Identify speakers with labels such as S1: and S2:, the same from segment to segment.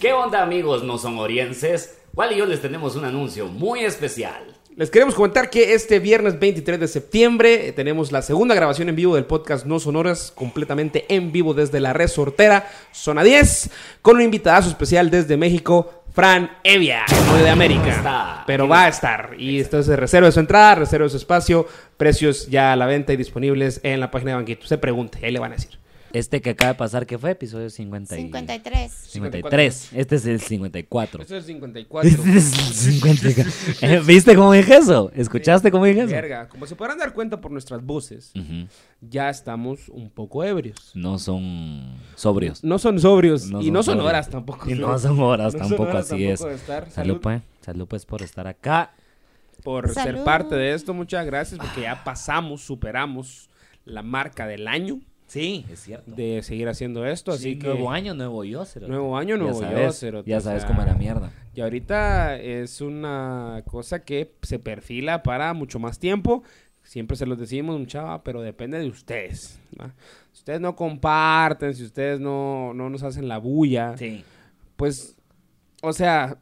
S1: ¿Qué onda amigos no son orienses? Wally y yo les tenemos un anuncio muy especial.
S2: Les queremos comentar que este viernes 23 de septiembre eh, tenemos la segunda grabación en vivo del podcast No Sonoras, completamente en vivo desde la resortera Zona 10, con un invitadazo especial desde México, Fran Evia, que no es de América.
S1: Está.
S2: Pero va a estar. Y entonces reserva su entrada, reserva su espacio, precios ya a la venta y disponibles en la página de Banquito. Se pregunte, ahí le van a decir.
S3: Este que acaba de pasar, ¿qué fue? Episodio 50 y-
S4: 53.
S3: 53. Este es el 54.
S2: es 54.
S3: Este es el 54. Eh, ¿Viste cómo dije eso? ¿Escuchaste cómo dije eso?
S2: Verga, como se podrán dar cuenta por nuestras voces,
S3: Ujú.
S2: ya estamos un poco ebrios.
S3: No son sobrios.
S2: No son sobrios
S3: No
S2: y
S3: son
S2: no son
S3: sobrios.
S2: horas tampoco.
S3: Y no son horas
S2: No son
S3: tampoco,
S2: horas
S3: así
S2: tampoco de
S3: es.
S2: estar.
S3: Salud,
S2: Salud.
S3: pues. Salud, pues, por estar acá.
S2: Por ser
S4: Salud.
S2: parte de esto, muchas gracias porque ya pasamos, superamos la marca del año
S3: Sí, es cierto.
S2: de seguir haciendo esto, pues, así
S3: Sí,
S2: que
S3: nuevo año, nuevo yo, cerote.
S2: Nuevo año, nuevo yo,
S3: ya sabes,
S2: cerote, o
S3: Ya sabes
S2: sea,
S3: cómo es la mierda.
S2: Y ahorita es una cosa que se perfila para mucho más tiempo. Siempre se los decimos, chava, pero depende de ustedes. ¿va? Si ustedes no comparten, si ustedes no, no nos hacen la bulla,
S3: Sí.
S2: pues, o sea,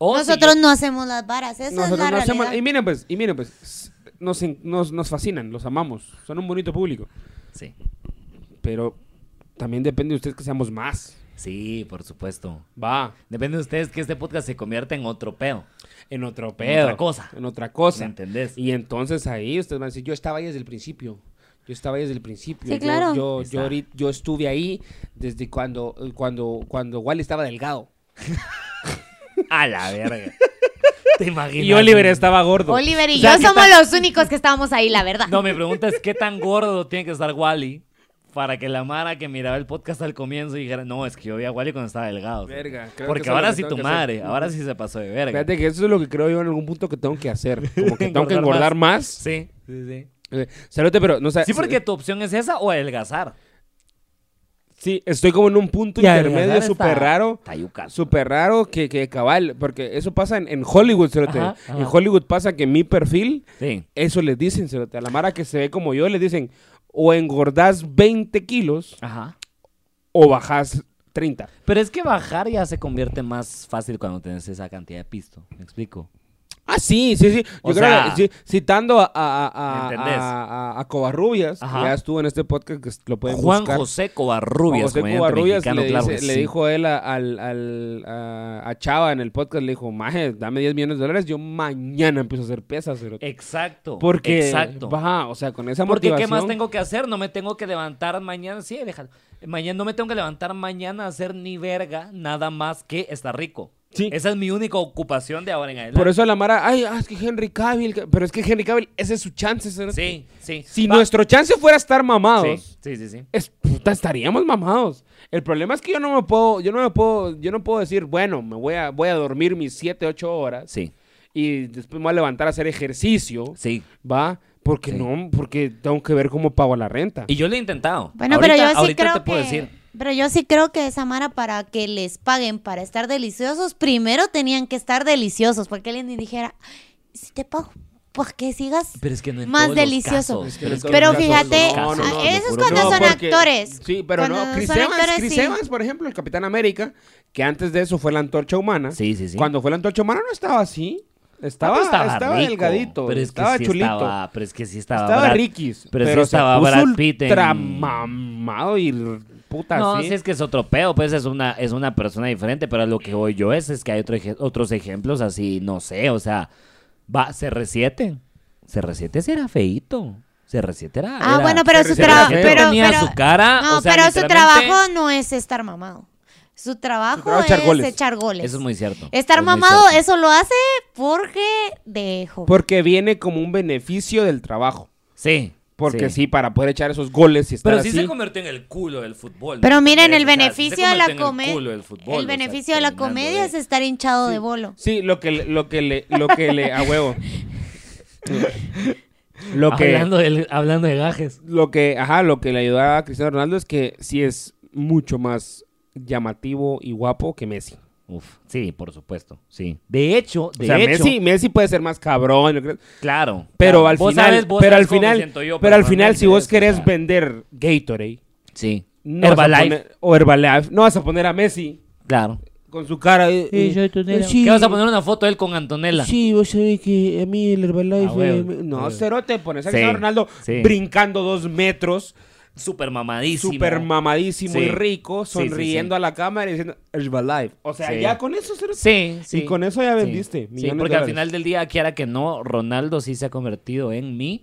S3: Oh,
S4: Nosotros no hacemos las varas, esa es la
S2: nosotros no hacemos-
S4: realidad.
S2: Y miren, pues, y miren, pues, s- nos, en- nos, nos fascinan, los amamos, son un bonito público.
S3: Sí.
S2: Pero también depende de ustedes que seamos más.
S3: Sí, por supuesto.
S2: Va,
S3: Depende de ustedes que este podcast se convierta en otro peo.
S2: en otro
S3: En
S2: pedo.
S3: otra cosa.
S2: En otra
S3: ¿Me
S2: cosa.
S3: entendés?
S2: Y entonces ahí ustedes van a decir, yo estaba ahí desde el principio. Yo estaba ahí desde el principio.
S4: Sí,
S2: yo,
S4: claro.
S2: Yo, yo,
S3: Está.
S2: ahorit- yo estuve ahí desde cuando, cuando, cuando Wally estaba delgado.
S3: A la verga. ¿Te imaginas?
S2: Y Oliver estaba gordo.
S4: Oliver y
S3: O sea,
S4: yo
S3: ¿qué
S4: somos
S3: tal?
S4: los únicos que estábamos ahí, la verdad.
S3: No, mi pregunta es: ¿qué tan gordo tiene que estar Wally para que la Mara que miraba el podcast al comienzo dijera, no, es que yo vi a Wally cuando estaba delgado?
S2: Verga, creo que
S3: Porque
S2: eso es lo
S3: ahora
S2: que
S3: sí
S2: tengo
S3: tu
S2: que
S3: madre,
S2: hacer.
S3: ahora sí se pasó de verga.
S2: Fíjate que eso es lo que creo yo en algún punto que tengo que hacer. Como que tengo que
S3: Engordar
S2: engordar más.
S3: Sí, sí, sí.
S2: Eh, Cerote, pero no sé. eh,
S3: Sí, porque tu opción es esa o adelgazar.
S2: Sí, estoy como en un punto intermedio súper raro. Súper raro que, que cabal, porque eso pasa en, en Hollywood, cerote.
S3: Ajá, ajá.
S2: En Hollywood pasa que mi perfil,
S3: Sí.
S2: eso les dicen, cerote. A la mara que se ve como yo, les dicen, o engordás 20 kilos
S3: Ajá.
S2: o bajás 30.
S3: Pero es que bajar ya se convierte más fácil cuando tenés esa cantidad de pisto. ¿Me explico?
S2: Ah, sí, sí, sí. Yo
S3: O
S2: creo
S3: sea-
S2: que sí, citando a, a, a,
S3: ¿Me
S2: a,
S3: entendés?
S2: a- a Covarrubias, que
S3: Ajá.
S2: ya estuvo en este podcast, que lo pueden
S3: Juan
S2: buscar.
S3: José Covarrubias,
S2: José
S3: comediante
S2: Covarrubias
S3: mexicano,
S2: le,
S3: claro
S2: dice-
S3: que
S2: le
S3: sí.
S2: dijo él a, al- al- a- a Chava en el podcast, le dijo, maje, dame 10 millones de dólares, yo mañana empiezo a hacer pesas. cerote".
S3: Exacto.
S2: Porque,
S3: Eh, Exacto.
S2: baja, o sea, con esa
S3: Porque ¿qué
S2: motivación.
S3: más tengo que hacer? No me tengo que levantar mañana. Sí, déjalo. Mañana no me tengo que levantar mañana a hacer ni verga nada más que estar rico.
S2: Sí.
S3: Esa es mi única ocupación de ahora en adelante.
S2: Por eso la Mara, ay, ah, es que Henry Cavill, que- pero es que Henry Cavill, ese es su chance. cerote.
S3: Sí, sí.
S2: Si
S3: Va-
S2: nuestro chance fuera estar mamados,
S3: Sí, sí, sí. sí.
S2: es- puta, estaríamos mamados. El problema es que yo no me puedo, yo no me puedo, yo no puedo decir, bueno, me voy a, voy a dormir mis 7, 8 horas
S3: Sí,
S2: y después me voy a levantar a hacer ejercicio.
S3: sí.
S2: Va, porque
S3: Sí.
S2: no, porque tengo que ver cómo pago la renta.
S3: Y yo lo he intentado.
S4: Bueno,
S3: Ahorita-
S4: pero yo sí
S3: ahorita
S4: creo
S3: te puedo
S4: que...
S3: decir.
S4: Pero yo sí creo que esa mara para que les paguen para estar deliciosos, primero tenían que estar deliciosos, porque alguien dijera, si te pago, pues que sigas
S3: Pero es que no en
S4: más
S3: todos los
S4: delicioso.
S3: casos.
S2: Es que
S3: Pero
S2: no
S3: es que
S2: en
S4: Pero
S3: no en todos
S2: todos
S3: los
S4: fíjate, ah,
S3: casos. No,
S4: eso es
S3: juro
S4: cuando
S3: que no.
S4: son
S2: porque-
S4: actores.
S2: Sí, pero
S4: Cuando
S2: no.
S4: son
S2: Chris Evans,
S4: actores,
S2: Chris
S4: sí.
S2: Evans, por ejemplo, el Capitán América, que antes de eso fue la antorcha humana.
S3: Sí, sí, sí.
S2: Cuando fue la antorcha humana no estaba así.
S3: Ah,
S2: Estaba,
S3: pero
S2: estaba,
S3: rico.
S2: delgadito.
S3: Pero es que
S2: estaba
S3: sí
S2: chulito.
S3: estaba- pero es que sí estaba.
S2: estaba
S3: Brad-
S2: riquis.
S3: Pero, sí
S2: se
S3: estaba
S2: puso
S3: Brad Pitt. en-
S2: ultra mamado y r- puta
S3: No,
S2: así.
S3: si es que es otro peo, pues es una, es una persona diferente, pero lo que voy yo es, es que hay otro ej- otros ejemplos así, no sé, o sea, va, CR7. CR7 sí era feíto. CR7 era.
S4: Ah,
S3: era-
S4: bueno, pero
S2: Pero
S4: su
S2: si era
S4: trabajo.
S3: CR7
S2: feo.
S4: Pero,
S3: tenía
S4: pero-
S3: su cara.
S4: no,
S3: ah, o sea,
S4: pero su
S3: literalmente-
S4: trabajo no es estar mamado. Su trabajo,
S2: trabajo es echar
S4: es
S2: goles.
S4: echar goles.
S3: Eso es muy cierto.
S4: Estar
S3: es muy
S4: mamado,
S3: cierto.
S4: eso lo hace porque de joven.
S2: Porque viene como un beneficio del trabajo.
S3: Sí.
S2: Porque sí, para poder echar esos goles y estar
S3: Pero
S2: así.
S3: sí se convirtió en el culo del fútbol.
S4: Pero
S3: ¿me
S4: miren,
S3: entendés?
S4: el
S3: O sea, sí se
S4: beneficio de la
S3: convirtió en
S4: comedia.
S3: El, culo del
S4: el
S3: fútbol, o sea,
S4: beneficio de la
S3: terminando
S4: comedia
S3: de-
S4: es estar hinchado de bolo.
S2: Sí, lo que, le- lo que le, lo que le, a huevo. lo que,
S3: Hablando, del- hablando de gajes.
S2: lo que, ajá, lo que le ayudaba a Cristiano Ronaldo es que sí es mucho más llamativo y guapo que Messi.
S3: Uf, sí, por supuesto, sí. De hecho,
S2: O
S3: de
S2: sea,
S3: hecho,
S2: Messi, Messi puede ser más cabrón, yo creo,
S3: claro.
S2: pero
S3: claro.
S2: al
S3: Vos
S2: final,
S3: sabes- vos
S2: pero
S3: sabes
S2: al
S3: cómo me
S2: final,
S3: siento yo
S2: pero al final
S3: personalmente,
S2: si vos
S3: o sea,
S2: querés vender Gatorade,
S3: sí,
S2: no vas a
S3: Herbalife,
S2: poner- o Herbalife, no vas a poner a Messi
S3: claro.
S2: con su cara. eh,
S5: Sí,
S2: eh,
S5: soy tonera.
S2: eh, sí,
S3: ¿Qué vas a poner una foto de él con Antonella?
S2: Sí, vos sabés que a mí el Herbalife.
S3: Ah, huevo.
S2: eh, me- no,
S3: Huevo.
S2: cerote, pones a
S3: Sí,
S2: Cristiano Ronaldo
S3: sí.
S2: brincando dos metros,
S3: Súper mamadísimo.
S2: súper mamadísimo
S3: Sí.
S2: y rico,
S3: Sí, sí, sí.
S2: sonriendo a la cámara y diciendo Herbalife. O sea,
S3: Sí.
S2: ya con eso, cerote.
S3: Sí, sí.
S2: Y con eso ya vendiste
S3: Sí,
S2: millones de
S3: porque al
S2: dólares.
S3: final del día, quiera que no, Ronaldo sí se ha convertido en mi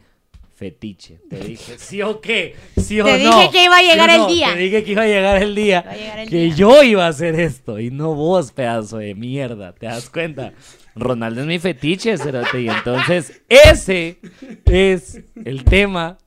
S3: fetiche. Te dije, ¿sí o qué? ¿Sí o
S4: Te
S3: no?
S4: dije que iba a
S3: ¿Sí o
S4: llegar el
S3: no?
S4: día.
S3: Te dije que iba a llegar el día.
S4: Iba a llegar el
S3: que
S4: día.
S3: yo iba a hacer esto y no vos, pedazo de mierda. ¿Te das cuenta? Ronaldo es mi fetiche, cerote, Y entonces, ese es el tema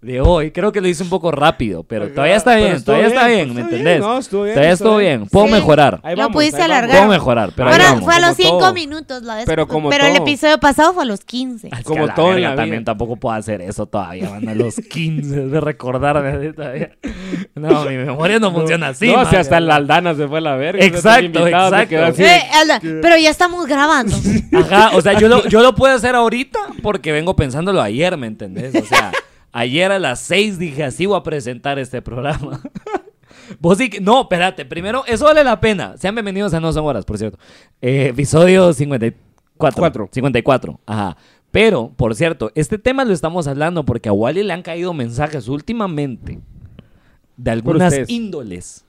S3: de hoy. Creo que lo hice un poco rápido, pero todavía está
S2: pero
S3: bien,
S2: estuvo
S3: todavía está
S2: bien, pues,
S3: bien, ¿me
S2: estuvo bien,
S3: entendés?
S2: no, estuvo bien,
S3: Todavía
S2: estuvo
S3: estuvo
S2: bien.
S3: bien. Puedo
S4: Sí.
S3: mejorar.
S2: Ahí
S4: Lo
S2: vamos,
S4: pudiste
S2: ahí vamos.
S4: alargar.
S3: Puedo mejorar, pero ahí
S4: Ahora
S3: vamos.
S4: fue a los
S2: Como
S4: 5
S2: todo.
S4: minutos la vez.
S2: Pero como
S4: el
S2: todo. Ah,
S4: episodio pasado fue a los 15.
S3: Es que
S2: Como
S3: a la
S2: todo en
S3: verga
S2: la
S3: también
S2: vida.
S3: tampoco puedo hacer eso todavía, van a los 15 de recordarme de todavía. No, mi memoria no funciona así.
S2: no, o
S3: madre.
S2: sea, hasta la aldana se fue a la verga.
S3: Exacto,
S2: Los invitados se
S3: exacto.
S2: quedaron así de-
S4: Eh, Alda, pero ya estamos grabando.
S2: Ah,
S3: Ajá, o sea, yo lo, yo lo puedo hacer ahorita porque vengo pensándolo ayer, ¿me entendés? O sea, ayer a las 6 dije así voy a presentar este programa. Vos sí que... No, espérate, primero, eso vale la pena. Sean bienvenidos a No Son Horas, por cierto. Eh, episodio 54.
S2: Cuatro.
S3: 54, ajá. Pero, por cierto, este tema lo estamos hablando porque a Wally le han caído mensajes últimamente de algunas
S2: ustedes.
S3: índoles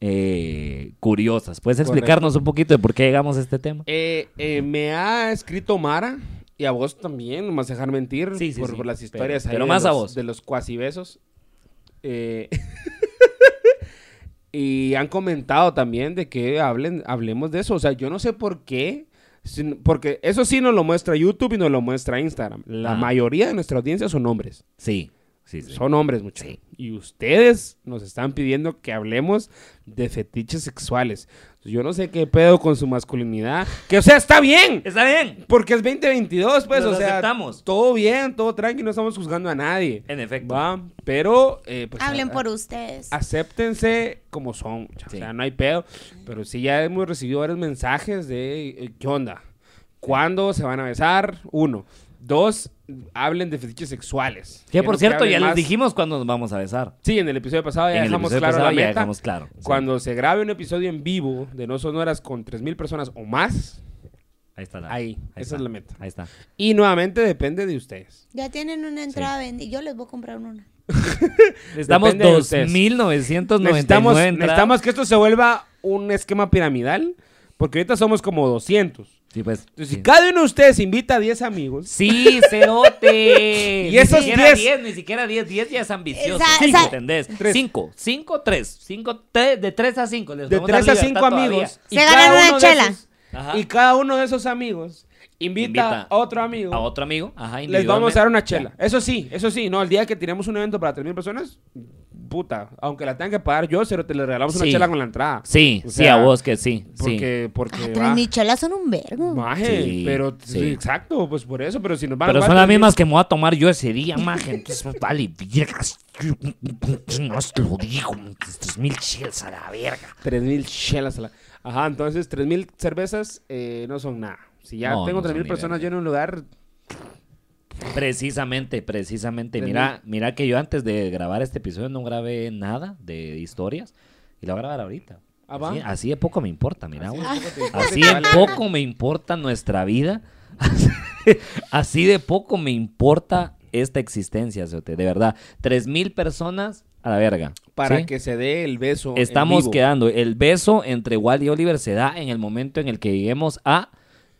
S3: eh, curiosas. ¿Puedes explicarnos un poquito de por qué llegamos a este tema?
S2: Eh, eh, me ha escrito Mara y a vos también, no me vas a dejar mentir
S3: Sí, sí,
S2: por,
S3: sí,
S2: por las
S3: pero-
S2: historias ahí
S3: pero
S2: de
S3: más a
S2: los,
S3: vos.
S2: de los cuasi besos. Eh, y han comentado también de que hablen, hablemos de eso. O sea, yo no sé por qué. sin- Porque eso sí nos lo muestra YouTube y nos lo muestra Instagram. La
S3: Ah.
S2: mayoría de nuestra audiencia son hombres.
S3: Sí, sí, sí.
S2: Son hombres, muchachos. Y ustedes nos están pidiendo que hablemos de fetiches sexuales. Yo no sé qué pedo con su masculinidad. Que, o sea, está bien.
S3: Está bien.
S2: Porque es 2022, pues,
S3: Los
S2: o sea,
S3: aceptamos.
S2: todo bien, todo tranqui, no estamos juzgando a nadie.
S3: En efecto.
S2: Va, pero eh, pues, Ah,
S4: Hablen
S2: a-
S4: por ustedes.
S2: acéptense como son, o sea,
S3: Sí.
S2: no hay pedo, pero sí ya hemos recibido varios mensajes de eh, qué onda. ¿Cuándo se van a besar? Uno, dos, hablen de fetiches sexuales.
S3: Que por
S2: nos
S3: cierto,
S2: hablen
S3: ya
S2: más-
S3: les dijimos cuándo nos vamos a besar.
S2: Sí, en el episodio pasado ya
S3: En el
S2: dejamos
S3: episodio
S2: claro
S3: pasado
S2: la
S3: ya
S2: meta.
S3: dejamos claro, sí.
S2: Cuando se grabe un episodio en vivo de No Sonoras con 3.000 personas o más,
S3: Ahí está la
S2: Ahí, esa
S3: está.
S2: es la meta.
S3: Ahí está.
S2: y nuevamente depende de ustedes.
S4: Ya tienen una entrada vendida. Yo les voy a comprar una.
S3: Necesitamos
S2: Depende de ustedes.
S3: 2.999
S2: Necesitamos,
S3: entradas.
S2: necesitamos que esto se vuelva un esquema piramidal, porque ahorita somos como 200.
S3: Sí, pues.
S2: Entonces,
S3: sí.
S2: si cada uno de ustedes invita a 10 amigos,
S3: Sí, cerote.
S2: Y
S3: Ni
S2: esos
S3: siquiera
S2: 10.
S3: ni siquiera 10, 10 ya es ambicioso.
S4: Esa-
S3: Cinco,
S4: esa-
S3: ¿Entendés?
S2: Tres.
S3: 5, 5, 3. 5, 3, de 3 a 5.
S2: de 3 a 5 amigos,
S4: Se ganan
S2: cada
S4: una
S2: uno de
S4: chela.
S2: esos-
S3: Ajá.
S2: y cada uno de esos amigos invita,
S3: Invita
S2: a otro amigo.
S3: A otro amigo. Ajá,
S2: les vamos a dar una
S3: individualmente.
S2: chela. Eso sí, eso sí. No, el día que tenemos un evento para 3.000 personas, puta, aunque la tengan que pagar yo, pero te le regalamos una
S3: Sí.
S2: chela con la entrada.
S3: Sí,
S2: O
S3: sí,
S2: sea,
S3: a vos que sí. sí.
S2: Porque, porque
S4: Ah,
S2: va.
S4: tres mil chelas son un vergo.
S2: Maje,
S3: Sí,
S2: pero
S3: sí.
S2: sí, exacto, pues por eso, pero si nos van
S3: Pero
S2: a
S3: son
S2: jugar
S3: las
S2: tres mil-
S3: mismas que me voy a tomar yo ese día, maje. Entonces, pues, vale, viejas. No te lo digo. Tres mil chills a la verga.
S2: 3000 chelas a la... Ajá, entonces 3000 cervezas eh, no son nada. Si ya
S3: No,
S2: tengo
S3: no son
S2: 3000
S3: ni
S2: personas
S3: verga.
S2: yo en un lugar,
S3: Precisamente, precisamente.
S2: Tres
S3: Mira, mira que yo antes de grabar este episodio no grabé nada de historias. Y lo voy a grabar ahorita.
S2: Ah, va.
S3: Así, así de poco me importa, mira. güey.
S2: de poco te-
S3: Así
S2: te
S3: de
S2: vale.
S3: poco me importa nuestra vida. Así de poco me importa esta existencia, Zote, de verdad. Tres mil personas a la verga.
S2: para
S3: ¿sí?
S2: que se dé el beso. en
S3: Estamos
S2: vivo.
S3: quedando. El beso entre Wally y Oliver se da en el momento en el que lleguemos a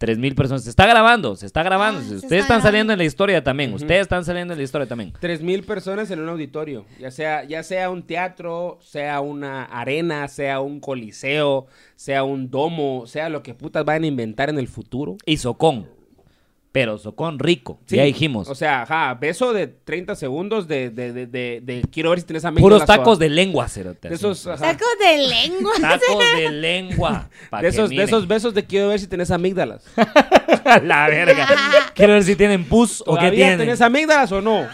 S3: 3.000 personas. Se está grabando, se está grabando.
S4: Ah, se
S3: Ustedes
S4: está
S3: están
S4: grabando.
S3: saliendo en la historia también. Ustedes están saliendo en la historia también.
S2: 3000 personas en un auditorio, ya sea ya sea un teatro, sea una arena, sea un coliseo, sea un domo, sea lo que putas van a inventar en el futuro.
S3: Y Socón. Pero Socón rico.
S2: Sí,
S3: ya dijimos.
S2: O sea, ajá, beso de 30 segundos de, de, de, de- de- quiero ver si tienes amigos.
S3: Puros tacos de lengua, cerote,
S2: de
S3: así.
S2: esos, ajá.
S4: Tacos de lengua.
S3: Tacos de lengua. pa'
S2: de
S3: que
S2: esos, de
S3: miren.
S2: esos besos de quiero ver si tenés amígdalas.
S3: A la verga. Quiero ver si tienen pus o qué
S2: ¿Todavía
S3: tienen.
S2: tenés amígdalas o no?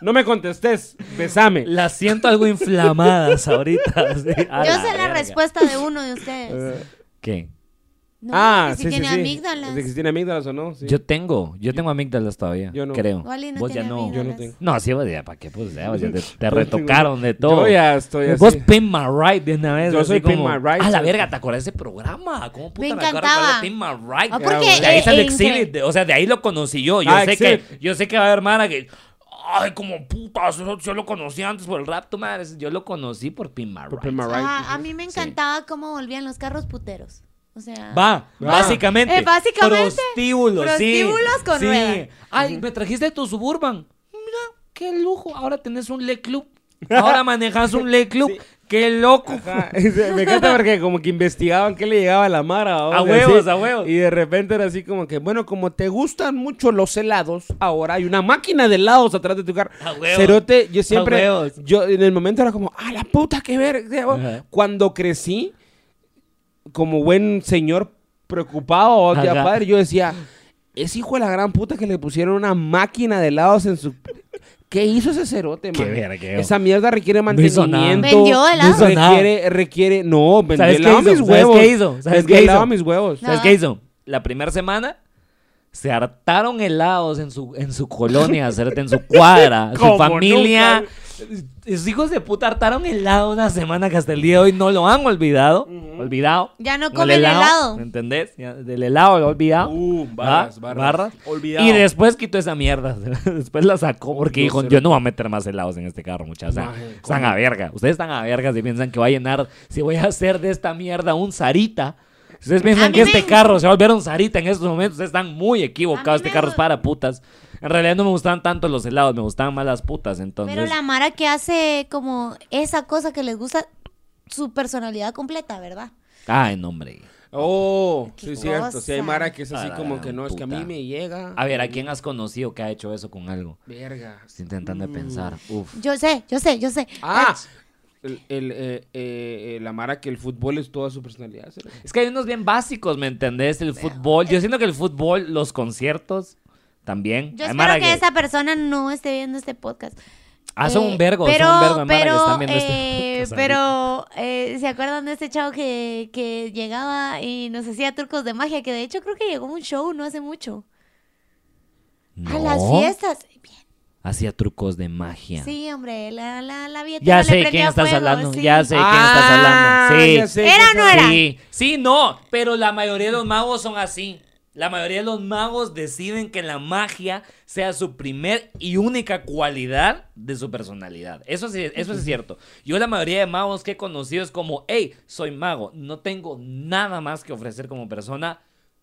S2: No me contestes, besame.
S3: Las siento algo inflamadas ahorita. así, a
S4: Yo sé la
S3: verga.
S4: respuesta de uno de ustedes.
S3: ¿Qué?
S4: No,
S2: ah,
S4: que si
S2: sí,
S4: tiene
S2: sí, sí.
S4: amígdalas.
S2: De que si tiene amígdalas o no. sí.
S3: Yo tengo, yo tengo amígdalas todavía.
S2: Yo no.
S3: Creo.
S4: Wally no
S3: Vos ya
S4: tiene
S3: no.
S4: amígdalas.
S2: Yo no tengo.
S3: No, sí, vos ya, ¿para qué? Pues ya, vos ya te, te
S2: tengo-
S3: retocaron de todo.
S2: Yo ya estoy así.
S3: Vos Pin My Ride de una vez.
S2: Yo
S3: así
S2: soy Pin
S3: como,
S2: My Ride,
S3: A la
S2: ¿sabes?
S3: verga, ¿te acordás de ese programa? ¿Cómo puta
S4: Me
S3: acuerdo cuál
S4: encantaba.
S3: es Pin My Ride?
S4: Ah, porque,
S3: De ahí
S4: eh,
S3: sale
S4: eh,
S3: Exhibit.
S4: incre-
S3: de- O sea, de ahí lo conocí yo. Yo,
S2: Ah,
S3: sé, que,
S2: Exhibit.
S3: yo sé que va a haber Mara que. Ay, como puta, yo, yo lo conocí antes por el rap, tu madre. Yo lo conocí por Pin My
S2: Por
S3: Ride.
S2: Pin My Ride.
S4: Ajá, a mí me encantaba cómo volvían los carros puteros. O sea,
S3: Va, básicamente.
S4: Eh, básicamente.
S3: Prostíbulos, sí.
S4: Prostíbulos con
S3: sí.
S4: rueda.
S3: Ay, me trajiste tu Suburban. Mira, qué lujo. Ahora tenés un Le Club. Ahora manejas un Le Club. Qué loco.
S2: Ajá, me encanta porque como que investigaban qué le llegaba a la Mara. ¿va?
S3: A
S2: O sea,
S3: huevos,
S2: así.
S3: a huevos.
S2: Y de repente era así como que, bueno, como te gustan mucho los helados, ahora hay una máquina de helados atrás de tu carro.
S3: A huevos.
S2: Cerote, yo siempre,
S3: huevos.
S2: yo en el momento era como, ah, la puta, qué ver.
S3: Ajá.
S2: Cuando crecí, como buen señor preocupado, o tía
S3: Ajá.
S2: padre, yo decía, es hijo de la gran puta que le pusieron una máquina de helados en su... ¿Qué hizo ese cerote,
S3: Qué
S2: man?
S3: vergueo.
S2: Esa mierda requiere
S3: No hizo nada.
S2: mantenimiento.
S4: Vendió helados.
S3: No hizo nada.
S2: Requiere, requiere, no, vendió
S3: ¿Sabes qué
S2: helado a
S3: hizo?
S2: mis
S3: ¿Sabes
S2: huevos.
S3: qué hizo? ¿Sabes
S2: Vendió
S3: qué
S2: helado
S3: hizo?
S2: a mis huevos.
S4: No.
S3: ¿Sabes qué hizo? La primera semana se hartaron helados en su, en su colonia, cerote, en su cuadra, su
S6: Como
S3: familia. Sus hijos de puta hartaron helado una semana que hasta el día de hoy no lo han olvidado. Olvidado.
S4: Ya no
S3: El
S4: comen helado.
S3: ¿Me entendés? Ya, del helado lo he olvidado.
S6: Uh, barras,
S3: ¿Ah?
S6: barras. Olvidado.
S3: Y después quitó esa mierda. después la sacó porque dijo, yo no voy a meter más helados en este carro, muchachos. O sea, están a verga. Ustedes están a verga si piensan que va a llenar, si voy a hacer de esta mierda un Sarita. Si ustedes
S4: A
S3: piensan
S4: mí
S3: que este
S4: me-
S3: carro se va a volver un Sarita en estos momentos, ustedes están muy equivocados.
S4: A mí
S3: Este
S4: me
S3: carro es
S4: gu-
S3: para putas. En realidad no me gustaban tanto los helados, me gustaban más las putas. Entonces,
S4: pero la Mara que hace como esa cosa que les gusta, su personalidad completa, ¿verdad?
S3: ay, no, hombre.
S2: Oh,
S4: Qué
S2: sí, es cierto.
S4: cosa.
S2: Si hay Mara que es así
S3: A la
S2: como
S3: gran
S2: que no, es que a
S3: puta.
S2: mí me llega.
S3: A ver, ¿a quién has conocido que ha hecho eso con algo?
S2: Verga.
S3: Estoy intentando pensar. Uf.
S4: Yo sé, yo sé, yo sé.
S2: Ah, el, el, eh, eh, eh, la Mara que el fútbol es toda su personalidad. ¿será?
S3: Es que hay unos bien básicos, ¿me entendés? El fútbol. Yo siento que el fútbol, los conciertos, también.
S4: Yo
S3: Hay
S4: espero
S3: mara
S4: que, esa persona no esté viendo este podcast.
S3: Ah, son
S4: Eh,
S3: un vergo,
S4: pero,
S3: son un vergo de mara
S4: pero,
S3: que están viendo
S4: eh,
S3: este podcast ahorita.
S4: Pero, eh, ¿se acuerdan de este chavo que, que llegaba y nos hacía trucos de magia? Que de hecho creo que llegó a un show no hace mucho. A las
S3: No,
S4: fiestas. Bien.
S3: Hacía trucos de magia.
S4: Sí, hombre, la, la, la billetera
S3: Ya
S4: le
S3: sé de
S4: prendía
S3: quién estás
S4: fuego,
S3: hablando,
S4: sí.
S3: ya sé de quién estás
S2: Ah,
S3: hablando. Sí.
S2: ya sé.
S4: ¿Era o no era?
S3: Sí, sí, no, pero la mayoría de los magos son así. La mayoría de los magos deciden que la magia sea su primer y única cualidad de su personalidad. Eso sí, eso es cierto. Yo la mayoría de magos que he conocido es como, hey, soy mago, no tengo nada más que ofrecer como persona.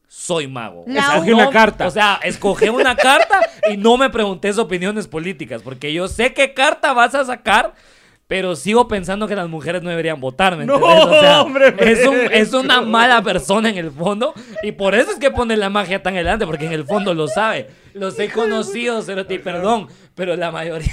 S3: Soy mago.
S4: La Escoge
S2: una
S3: no-
S2: carta.
S3: O sea, escoge una carta y no me preguntes opiniones políticas, porque yo sé qué carta vas a sacar, pero sigo pensando que las mujeres no deberían votar, ¿me
S2: No,
S3: entendés? O sea,
S2: hombre,
S3: es, un- es una mala persona en el fondo y por eso es que pone la magia tan adelante, porque en el fondo lo sabe. Los he conocido, Cerote, y perdón, pero la mayoría...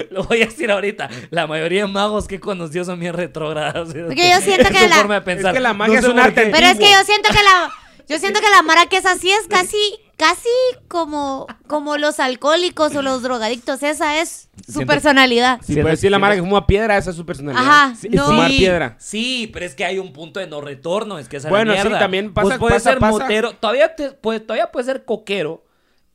S3: Lo voy a decir ahorita. La mayoría de magos que he conocido son bien retrógrados. Cerote.
S4: Porque yo siento
S3: Es
S4: que
S3: su
S4: la-
S3: forma de pensar.
S2: Es que la
S3: No
S2: magia
S3: sé
S2: es un
S3: por
S2: arte
S3: qué.
S4: Pero es que yo siento que la yo siento que la mara que es así es casi casi como como los alcohólicos o los drogadictos, esa es su
S3: Siento-
S4: personalidad.
S2: Si
S3: Siento-
S2: puedes decir la Mara que
S3: siento-
S2: fuma piedra, esa es su personalidad.
S4: Ajá,
S2: Sí,
S4: no.
S2: Fumar
S3: sí,
S2: piedra.
S3: Sí, pero es que hay un punto de no retorno, es que esa es
S2: Bueno,
S3: la
S2: sí,
S3: mierda.
S2: también pasa-
S3: Vos puedes
S2: pasa-
S3: ser
S2: pasa.
S3: motero, todavía te- puedes, todavía puedes ser coquero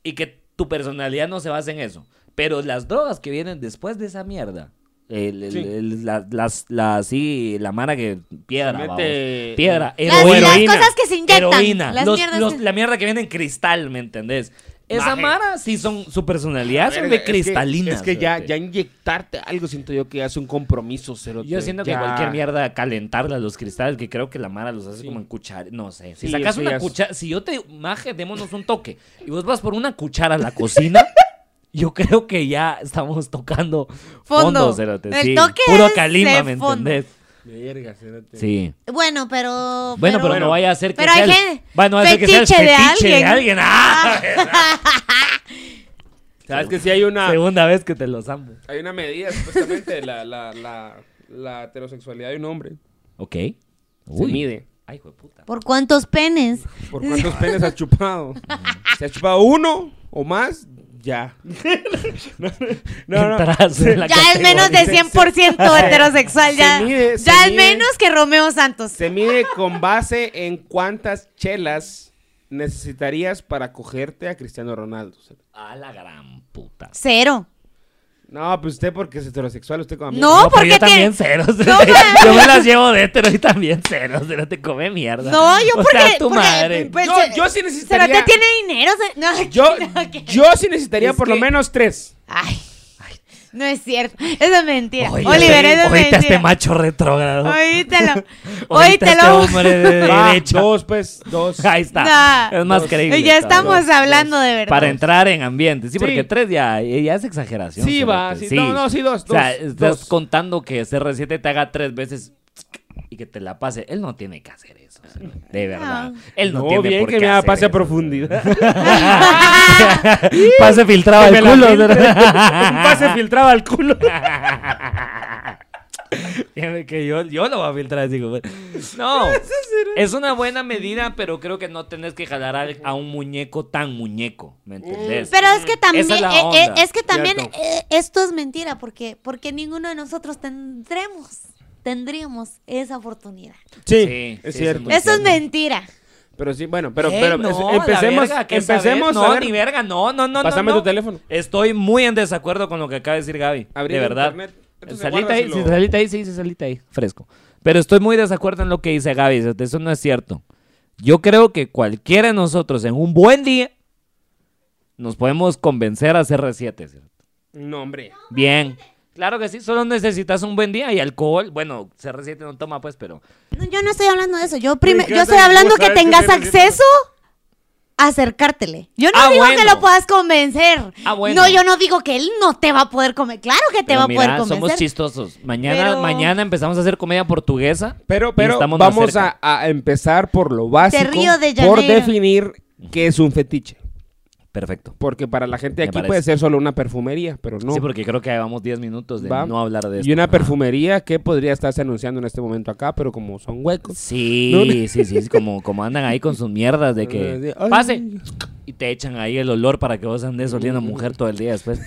S3: y que tu personalidad no se base en eso. Pero las drogas que vienen después de esa mierda, el, el-
S2: Sí.
S3: el- la, las, la, sí, la mara que piedra,
S2: Se mete-
S3: vamos, piedra,
S4: Las,
S3: heroína,
S4: las cosas que se inyectan,
S3: heroína,
S4: las
S3: los-
S4: mierdas
S3: los-
S4: que-
S3: la mierda que viene en cristal, ¿me entendés? Esa
S2: Maje.
S3: mara sí son su personalidad son
S2: Verga,
S3: de
S2: es que-
S3: cristalina.
S2: Es que, ya,
S3: cerote.
S2: ya inyectarte algo siento yo que ya es un compromiso, cerote.
S3: Yo siento que
S2: Ya.
S3: cualquier mierda calentarla los cristales, que creo que la Mara los hace como en cuchara, no sé. Si
S2: Sí,
S3: sacas
S2: eso ya
S3: una
S2: es-
S3: cuchara, si yo te digo, maje, démonos un toque, y vos vas por una cuchara a la cocina, yo creo que ya estamos tocando fondo,
S4: Fondo.
S3: cerote,
S4: El
S3: sí.
S4: toque
S3: Puro
S4: es
S3: calima,
S4: de
S3: ¿me
S4: fondo.
S3: entendés?
S2: Verga, cerote.
S3: Sí.
S4: Bueno, pero
S3: Bueno, pero, no vaya a ser que
S4: pero
S3: sea
S4: hay
S3: el-
S4: gente-
S3: bueno, no vaya a ser que sea el
S4: fetiche de
S3: fetiche de
S4: alguien.
S3: alguien. ¡Ah!
S2: ¿Sabes que si hay una...
S3: Ah, Segunda vez que te los amo.
S2: Hay una medida, supuestamente, de la, la, la, la heterosexualidad de un hombre.
S3: Ok.
S2: Se mide.
S3: Ay, hijo de puta.
S4: ¿Por cuántos penes?
S2: ¿Por cuántos penes has chupado? Si has chupado uno o más, Ya. no, no, no.
S3: Entras en la
S4: Ya es menos de
S3: categoría.
S4: 100% heterosexual. Ya,
S2: Se mide, se
S4: ya es
S2: mide.
S4: menos que Romeo Santos.
S2: Se mide con base en cuántas chelas necesitarías para cogerte a Cristiano Ronaldo.
S3: A la gran puta.
S4: Cero.
S2: No, pues usted porque es heterosexual, usted como
S4: No,
S3: pero yo
S4: porque tiene-
S3: también ceros.
S4: No, ma-
S3: yo me las llevo de hetero y también ceros. No te come mierda.
S4: No, yo
S3: O
S4: porque.
S3: sea, tu
S4: porque,
S3: madre.
S4: pues,
S2: Yo-
S4: se-
S2: yo sí
S4: se-
S2: necesitaría-
S4: Pero te tiene dinero. se- no,
S2: Yo,
S4: ok.
S2: yo sí necesitaría
S3: Es
S2: por
S3: que-
S2: lo menos tres.
S4: Ay, no es cierto. Eso es mentira.
S3: Oye,
S4: Oliver,
S3: oye,
S4: eso es
S3: oíste a este
S4: mentira.
S3: macho retrógrado.
S4: Oídtelo.
S3: Oíste a este
S4: Oídtelo.
S3: hombre de
S2: Va,
S3: derecha.
S2: dos, pues, dos.
S3: Ahí está.
S4: Nah.
S3: Es más
S2: Dos.
S3: creíble.
S4: Ya estamos
S3: cabrón.
S4: hablando de verdad.
S3: Para entrar en ambiente. Sí,
S2: Sí.
S3: porque tres ya, ya es exageración.
S2: Sí, va,
S3: cerote.
S2: sí. No, no, sí, dos,
S3: O sea,
S2: dos,
S3: estás
S2: dos.
S3: contando que CR7 te haga tres veces y que te la pase. Él no tiene que hacer eso. cerote, De verdad. Él no,
S2: No,
S3: tiene
S2: bien
S3: por
S2: que
S3: qué
S2: me la
S3: hacer
S2: pase a
S3: eso.
S2: profundidad.
S3: pase filtrado
S2: Que
S3: al
S2: me la
S3: culo.
S2: filtre.
S3: cerote.
S2: Un pase filtrado al culo.
S3: Fíjame que yo, yo lo voy a filtrar así como- No, es una buena medida, pero creo que no tenés que jalar al- a, un muñeco tan muñeco, ¿me entendés?
S4: Pero es que también,
S3: Esa es la
S4: eh, eh,
S3: onda.
S4: es que también
S2: Cierto.
S4: eh, esto es mentira porque, porque ninguno de nosotros tendremos, tendríamos esa oportunidad.
S2: Sí,
S3: Sí,
S2: es
S3: sí,
S2: cierto.
S3: Muy
S4: Eso es
S3: cierto.
S4: mentira.
S2: Pero sí, bueno, pero,
S3: Eh,
S2: pero
S3: no,
S2: es-
S3: la
S2: empecemos,
S3: verga, ¿qué sabes?
S2: empecemos
S3: No,
S2: a ver.
S3: ni verga, no, no, no, no,
S2: Pásame
S3: no.
S2: tu teléfono.
S3: Estoy muy en desacuerdo con lo que acaba de decir Gaby.
S2: Abrí
S3: de
S2: el
S3: verdad.
S2: internet, entonces
S3: Salita
S2: guardas
S3: ahí,
S2: y
S3: sí,
S2: lo-
S3: salita ahí, sí, sí, salita ahí, fresco. Pero estoy muy desacuerdo en lo que dice Gaby, eso- eso no es cierto. Yo creo que cualquiera de nosotros en un buen día nos podemos convencer a CR7. ¿sí?
S2: No, hombre.
S3: Bien. Claro que sí, solo necesitas un buen día y alcohol. Bueno, CR7 no toma, pues, pero.
S4: No, Yo no estoy hablando de eso. Yo, prime-
S2: Me encanta
S4: yo estoy
S2: cómo
S4: hablando que
S2: sabes que
S4: tengas
S2: eres
S4: acceso a acercártele. Yo no
S3: Ah,
S4: digo que
S3: bueno.
S4: lo puedas convencer.
S3: Ah, bueno.
S4: No, yo no digo que él no te va a poder comer. Claro que te
S3: pero
S4: va
S3: mira,
S4: a poder convencer.
S3: somos chistosos. Mañana,
S4: Pero-
S3: mañana empezamos a hacer comedia portuguesa.
S2: Pero,
S3: y
S2: pero
S3: estamos más
S2: vamos
S3: cerca.
S2: a, a empezar por lo básico.
S4: Río de
S2: por
S4: Janeiro.
S2: definir qué es un fetiche.
S3: Perfecto.
S2: Porque para la gente de
S3: Me
S2: aquí puede
S3: parece.
S2: ser solo una perfumería, pero no.
S3: Sí, porque creo que llevamos 10 minutos de
S2: Va.
S3: no hablar de esto.
S2: Y una perfumería que podría estarse anunciando en este momento acá, pero como son huecos.
S3: Sí,
S2: No, no.
S3: sí, sí, es como, como andan ahí con sus mierdas de que
S2: Ay.
S3: pase y te echan ahí el olor para que vos andes oliendo a mujer todo el día después.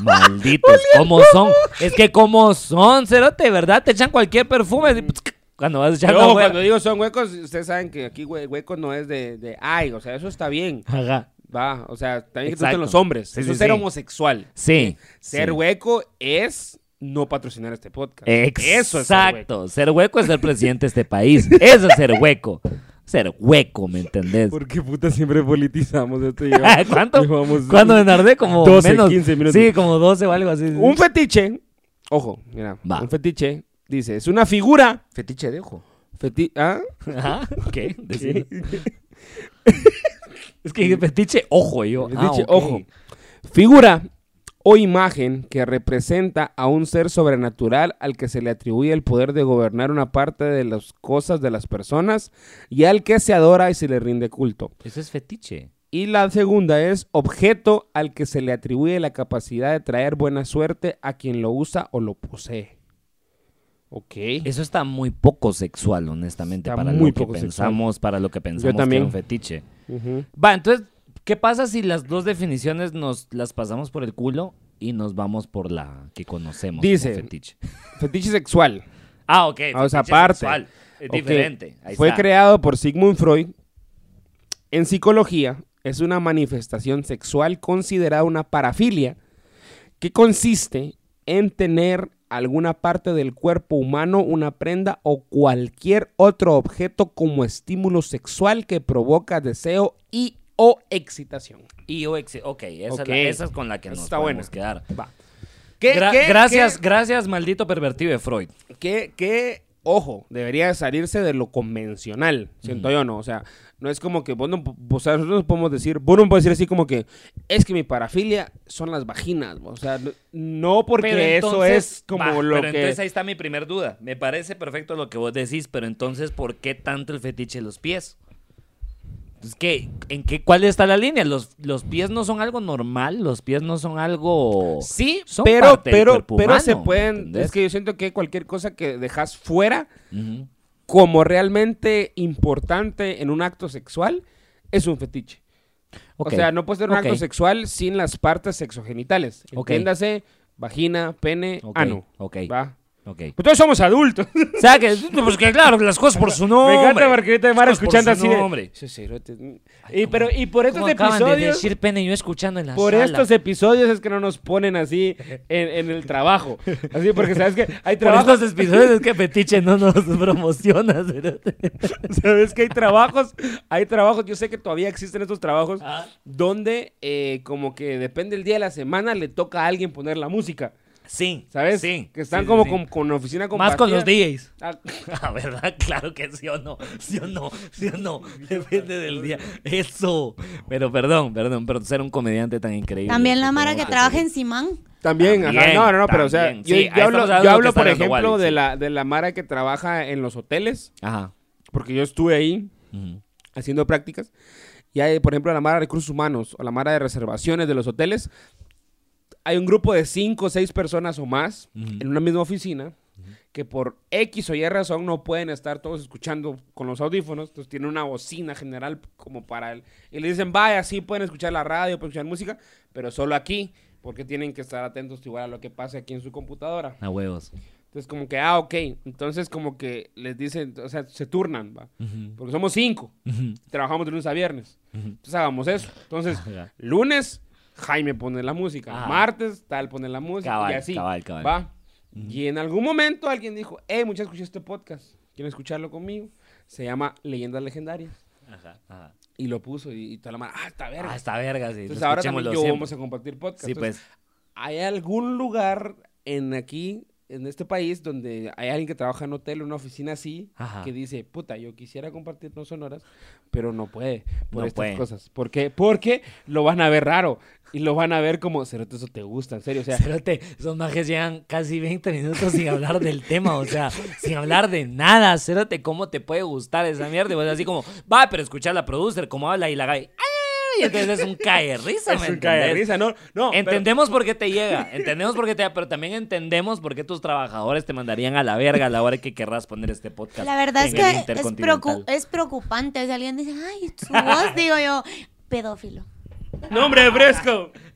S3: Malditos, ¿cómo son? Es que ¿cómo son? Cerote, ¿verdad? Te echan cualquier perfume y, cuando vas echando
S2: Yo,
S3: afuera.
S2: cuando digo son huecos, ustedes saben que aquí hue- huecos no es de, de, ay, o sea, eso está bien.
S3: Ajá.
S2: Va, o sea, también que te
S3: Exacto.
S2: gustan los hombres.
S3: Sí,
S2: eso
S3: sí,
S2: es ser
S3: sí.
S2: homosexual.
S3: Sí.
S2: Ser
S3: sí.
S2: hueco es no patrocinar este podcast. Eso es ser hueco.
S3: Exacto. Ser hueco es ser presidente de este país. Eso es ser hueco. Ser hueco, ¿me entendés?
S2: ¿Por qué puta siempre politizamos esto? y
S3: Ah,
S2: llevamos-
S3: ¿Cuánto?
S2: llevamos-
S3: ¿Cuándo me tardé? Como
S2: 12,
S3: menos.
S2: 15 minutos.
S3: Sí, como 12 o algo así.
S2: Un fetiche, ojo, mira,
S3: Va.
S2: un fetiche, dice, es una figura.
S3: fetiche de ojo.
S2: feti- ¿ah?
S3: Ajá, ¿Qué? Decilo. es que dije fetiche ojo y yo.
S2: Fetiche,
S3: ah, ok.
S2: ojo. Figura o imagen que representa a un ser sobrenatural al que se le atribuye el poder de gobernar una parte de las cosas de las personas y al que se adora y se le rinde culto.
S3: Eso es fetiche.
S2: Y la segunda es objeto al que se le atribuye la capacidad de traer buena suerte a quien lo usa o lo posee. Ok.
S3: Eso está muy poco sexual, honestamente,
S2: Está
S3: para
S2: muy
S3: lo que
S2: poco sexual.
S3: pensamos, para lo que pensamos
S2: también.
S3: que era un fetiche.
S2: Ujú.
S3: Va, entonces, ¿qué pasa si las dos definiciones nos las pasamos por el culo y nos vamos por la que conocemos
S2: Dice-
S3: como fetiche?
S2: Fetiche sexual.
S3: Ah, ok.
S2: Ah, o sea,
S3: fetiche
S2: aparte.
S3: sexual. Es
S2: Ok.
S3: diferente. Ahí
S2: Fue
S3: está.
S2: creado por Sigmund Freud. En psicología es una manifestación sexual considerada una parafilia que consiste en tener alguna parte del cuerpo humano, una prenda o cualquier otro objeto como estímulo sexual que provoca deseo y o excitación.
S3: Y yo ex- ok, esa, es la-
S2: Ok.
S3: esa es con la que
S2: Esa
S3: nos
S2: está
S3: podemos
S2: buena.
S3: quedar.
S2: Va.
S3: Gra- gracias, gracias, maldito pervertido de Freud.
S2: que, que, ojo, debería salirse de lo convencional, siento yo, ¿no? O sea, no es como que vos no, o sea, nosotros podemos decir, vos no puedes decir así como que, es que mi parafilia son las vaginas, o sea, no- no porque
S3: Pero
S2: eso
S3: entonces-
S2: es como
S3: va,
S2: lo
S3: pero
S2: que...
S3: entonces ahí está mi primer duda. Me parece perfecto lo que vos decís, pero entonces, ¿por qué tanto el fetiche de los pies? Es que, ¿en qué, cuál está la línea? Los, los pies no son algo normal, los pies no son algo...
S2: Sí,
S3: son
S2: pero,
S3: parte del
S2: pero,
S3: cuerpo
S2: pero se
S3: humano,
S2: pueden,
S3: ¿entendés?
S2: es que yo siento que cualquier cosa que dejas fuera
S3: Ujú.
S2: como realmente importante en un acto sexual es un fetiche.
S3: Ok.
S2: O sea, no puede ser un
S3: Ok.
S2: acto sexual sin las partes sexogenitales.
S3: Ok.
S2: Entiéndase, vagina, pene,
S3: Ok,
S2: ano.
S3: ok.
S2: Va.
S3: Ok.
S2: Pues todos somos adultos.
S3: O sea, que, pues que claro, las cosas por su nombre.
S2: Me encanta Margarita de Mar
S3: Cosas por
S2: escuchando
S3: su
S2: así. de,
S3: nombre.
S2: "Esos cerotes". y, pero, y por estos
S3: ¿Cómo acaban de
S2: episodios.
S3: decir pene y yo escuchando en la
S2: Por
S3: sala?
S2: estos episodios es que no nos ponen así en, en el trabajo. Así porque sabes que hay
S3: Por
S2: trabajos.
S3: estos episodios es que Fetiche no nos promociona. ¿verdad?
S2: Sabes que hay trabajos. Hay trabajos. Yo sé que todavía existen estos trabajos
S3: Ah.
S2: donde eh, como que depende el día de la semana le toca a alguien poner la música.
S3: Sí.
S2: ¿Sabes?
S3: Sí.
S2: Que están
S3: sí,
S2: como
S3: sí.
S2: Con, con oficina compartida.
S3: Más con los DJs.
S2: Ah,
S3: Ah, ¿verdad? Claro que sí o no. Sí o no. Sí o no. Depende del día. Eso. Pero perdón, perdón, pero ser un comediante tan increíble.
S4: También la
S3: Pero
S4: Mara que
S3: bueno,
S4: trabaja
S3: sí.
S4: en Simán.
S2: También, ajá.
S3: También,
S2: no, no, no, pero o sea,
S3: también.
S2: yo,
S3: Sí,
S2: yo
S3: ahí estamos
S2: hablo,
S3: hablando de
S2: yo
S3: lo
S2: hablo,
S3: que
S2: por
S3: está hablando
S2: ejemplo,
S3: Wally,
S2: de,
S3: sí.
S2: la, de la Mara que trabaja en los hoteles,
S3: Ajá.
S2: porque yo estuve ahí
S3: Ujú.
S2: haciendo prácticas. Y hay, por ejemplo, la Mara de Recursos Humanos o la Mara de Reservaciones de los hoteles. Hay un grupo de cinco o seis personas o más en una misma oficina que por X o Y razón no pueden estar todos escuchando con los audífonos. Entonces tienen una bocina general como para él. Y le dicen, vaya, sí pueden escuchar la radio, pueden escuchar música, pero solo aquí. Porque tienen que estar atentos igual a lo que pase aquí en su computadora.
S3: A huevos.
S2: Entonces como que, ah, ok. Entonces como que les dicen, o sea, se turnan, ¿va? Porque somos cinco.
S3: Ujú.
S2: Trabajamos de lunes a viernes. Entonces hagamos eso. Entonces,
S3: Ajá.
S2: lunes, Jaime pone la música.
S3: Ajá.
S2: Martes, tal pone la música.
S3: Cabal,
S2: y así.
S3: cabal, cabal.
S2: Va. Y en algún momento alguien dijo, hey, muchachos, escuché este podcast. ¿Quieren escucharlo conmigo? Se llama Leyendas Legendarias.
S3: Ajá, ajá.
S2: Y lo puso y, y toda la mano, ah, está verga.
S3: Ah, está verga, sí.
S2: Entonces ahora también
S3: Escuchémoslo
S2: yo
S3: siempre.
S2: vamos a compartir podcast.
S3: Sí,
S2: Entonces,
S3: pues.
S2: ¿Hay algún lugar en aquí, en este país, donde hay alguien que trabaja en hotel, en una oficina así,
S3: Ajá.
S2: que dice, puta, yo quisiera compartir no sonoras, pero no puede por
S3: No
S2: estas
S3: puede.
S2: cosas? ¿Por qué? Porque lo van a ver raro y lo van a ver como, cerote, eso te gusta, en serio, o sea...
S3: Espérate, esos majes llevan casi 20 minutos sin hablar del tema, o sea, sin hablar de nada. Espérate, ¿cómo te puede gustar esa mierda? Y vos así como, va, pero escuchar la producer, cómo habla y la gay. "Ay", Y entonces es un cae risa,
S2: Es un cae de risa, no, no. pero-
S3: Entendemos por qué te llega, entendemos por qué te llega, pero también entendemos por qué tus trabajadores te mandarían a la verga a la hora que querrás poner este podcast.
S4: La verdad es
S3: en
S4: que
S3: el
S4: es, eh,
S3: Intercontinental.
S4: preocu- es preocupante. O sea, alguien dice, ay, su voz, digo yo, pedófilo.
S2: ¡Nombre fresco!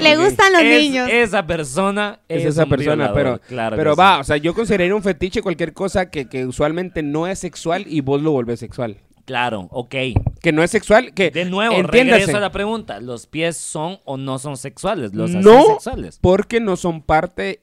S4: Le gustan los
S3: Es-
S4: niños.
S3: Esa persona
S2: Es, esa
S3: un
S2: persona,
S3: violador,
S2: pero,
S3: claro
S2: pero
S3: que
S2: va,
S3: sí.
S2: o sea, yo consideraría un fetiche cualquier cosa que, que usualmente no es sexual y vos lo volvés sexual.
S3: Claro, ok.
S2: Que no es sexual, que...
S3: De nuevo,
S2: entiéndase.
S3: regreso a la pregunta. ¿Los pies son o no son sexuales? ¿Los hacen
S2: no,
S3: sexuales?
S2: porque no son parte,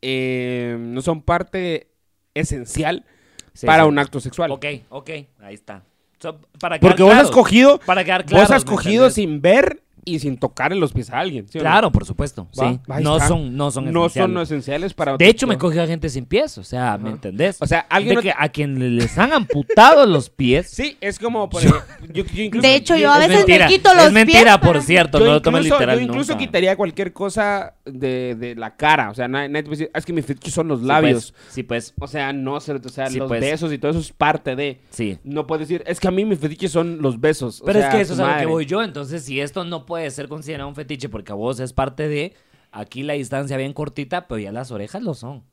S2: eh, no son parte esencial
S3: Sí,
S2: para
S3: sí.
S2: un acto sexual.
S3: Ok, ok. Ahí está. So, para quedar
S2: Porque vos
S3: claros,
S2: has cogido,
S3: Para quedar
S2: vos
S3: claros,
S2: has
S3: ¿me
S2: cogido
S3: entendés?
S2: sin ver y sin tocar en los pies a alguien. ¿sí o no?
S3: Claro, por supuesto.
S2: Va,
S3: sí.
S2: ahí
S3: No
S2: está.
S3: son, no son
S2: No
S3: esenciales.
S2: son no esenciales para.
S3: De
S2: otro
S3: hecho, me he
S2: tipo.
S3: cogido a gente sin pies. O sea, ¿me entendés?
S2: O sea, alguien
S3: De
S2: no-
S3: que a quien les han amputado los pies.
S2: Sí, es como. por ejemplo, yo- yo incluso-
S4: De hecho, yo a
S2: es
S3: Es
S4: veces
S2: mentira.
S3: mentira,
S4: quito los
S3: es mentira,
S4: pies
S3: por
S4: para-
S3: cierto,
S2: Yo
S3: no lo tomes
S2: incluso-
S3: literal
S2: Yo incluso
S3: nunca.
S2: quitaría cualquier cosa de, de la cara. O sea, nadie, nadie te puede decir, "Ah, es que mi fetiche son los
S3: Sí,
S2: labios.
S3: pues, Sí, pues,
S2: O sea, no, cerote, o sea,
S3: Sí,
S2: los
S3: pues.
S2: besos y todo eso es parte de.
S3: sí.
S2: No puedes decir, es que a mí mi fetiche son los besos. O
S3: Pero
S2: sea,
S3: es que eso es
S2: su
S3: a lo que
S2: madre.
S3: voy yo. Entonces, si esto no puede ser considerado un fetiche porque a vos es parte de, aquí la distancia bien cortita, pero ya las orejas lo son.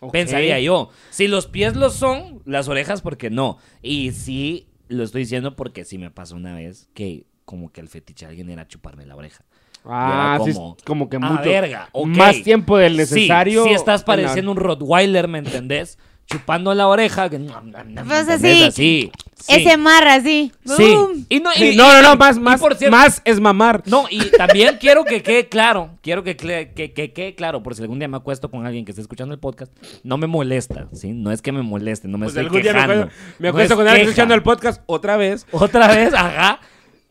S2: Ok.
S3: Pensaría yo. Si los pies lo son, las orejas, porque no? Y sí, lo estoy diciendo porque sí me pasó una vez que como que el fetiche de alguien era chuparme la oreja.
S2: Ah,
S3: Y
S2: sí,
S3: era
S2: es como, que mucho.
S3: Ah, verga, ok.
S2: Más tiempo del
S3: Sí,
S2: necesario.
S3: Sí, estás
S2: en la-
S3: pareciendo un Rottweiler, ¿me entendés? Chupando la oreja. que-
S4: Pues así,
S3: ¿entendés? Así, sí.
S4: Ese marra, sí.
S3: Sí. Y no, y-
S2: Sí,
S3: y-
S2: no, no, no,
S3: y-
S2: más,
S3: y
S2: más,
S3: por cierto-
S2: más es mamar.
S3: No, y también quiero que quede claro, quiero que, cle- que- que quede claro, por si algún día me acuesto con alguien que esté escuchando el podcast, no me molesta, ¿sí? No es que me moleste, no me
S2: Pues
S3: estoy
S2: algún día me
S3: quejando.
S2: acuerdo, me
S3: no
S2: acuesto
S3: es
S2: con alguien
S3: queja.
S2: escuchando el podcast otra vez.
S3: Otra vez, ajá,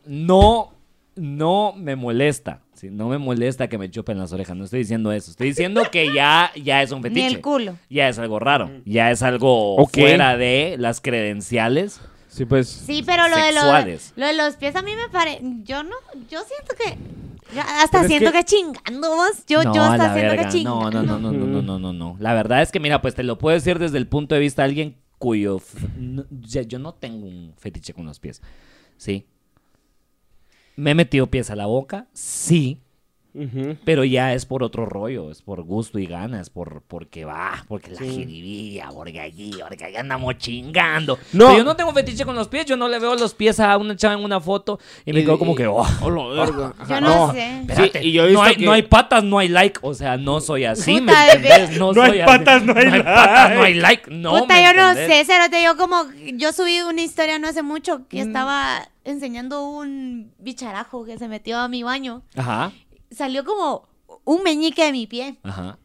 S3: no, no me molesta, ¿sí? No me molesta que me chupen las orejas, no estoy diciendo eso. Estoy diciendo que ya, ya es un
S4: Ni
S3: fetiche.
S4: el culo.
S3: Ya es algo raro, ya es algo
S2: Ok.
S3: fuera de las credenciales.
S2: Sí, pues.
S4: Sí, pero lo de, lo,
S3: Sexuales.
S4: lo de los pies a mí me parece. Yo no. Yo siento que. yo hasta
S2: Pero es
S4: siento
S2: que-
S4: que... chingando vos. Yo,
S3: no,
S4: yo
S3: a
S4: hasta
S3: la
S4: siento
S3: verga.
S4: que
S3: No,
S4: chingando.
S3: no, no, no, no, no, no, no, no. La verdad es que, mira, pues te lo puedo decir desde el punto de vista de alguien cuyo... f- no- o sea, yo no tengo un fetiche con los pies. Sí. Me he metido pies a la boca, sí. Pero ya es por otro rollo, es por gusto y ganas, por porque va, porque la jiribilla, porque allí, porque allá andamos chingando.
S2: No.
S3: Pero yo no tengo fetiche con los pies, yo no le veo los pies a una chava en una foto y me quedo como que, oh,
S4: Yo no, sé.
S3: espérate,
S2: y yo he
S3: no,
S2: visto
S3: hay,
S2: que-
S3: no hay patas, no hay like, o sea, no soy así, ¿me
S4: Puta, bebé.
S3: entendés? No, soy
S2: hay
S3: así.
S2: patas, no hay
S3: patas, no hay like, no,
S4: Puta,
S3: ¿me
S4: yo no
S3: entendés?
S4: sé, Cerote. Yo como, yo subí una historia no hace mucho que estaba enseñando un bicharajo que se metió a mi baño.
S3: Ajá,
S4: Salió como un meñique de mi pie.
S3: ajá,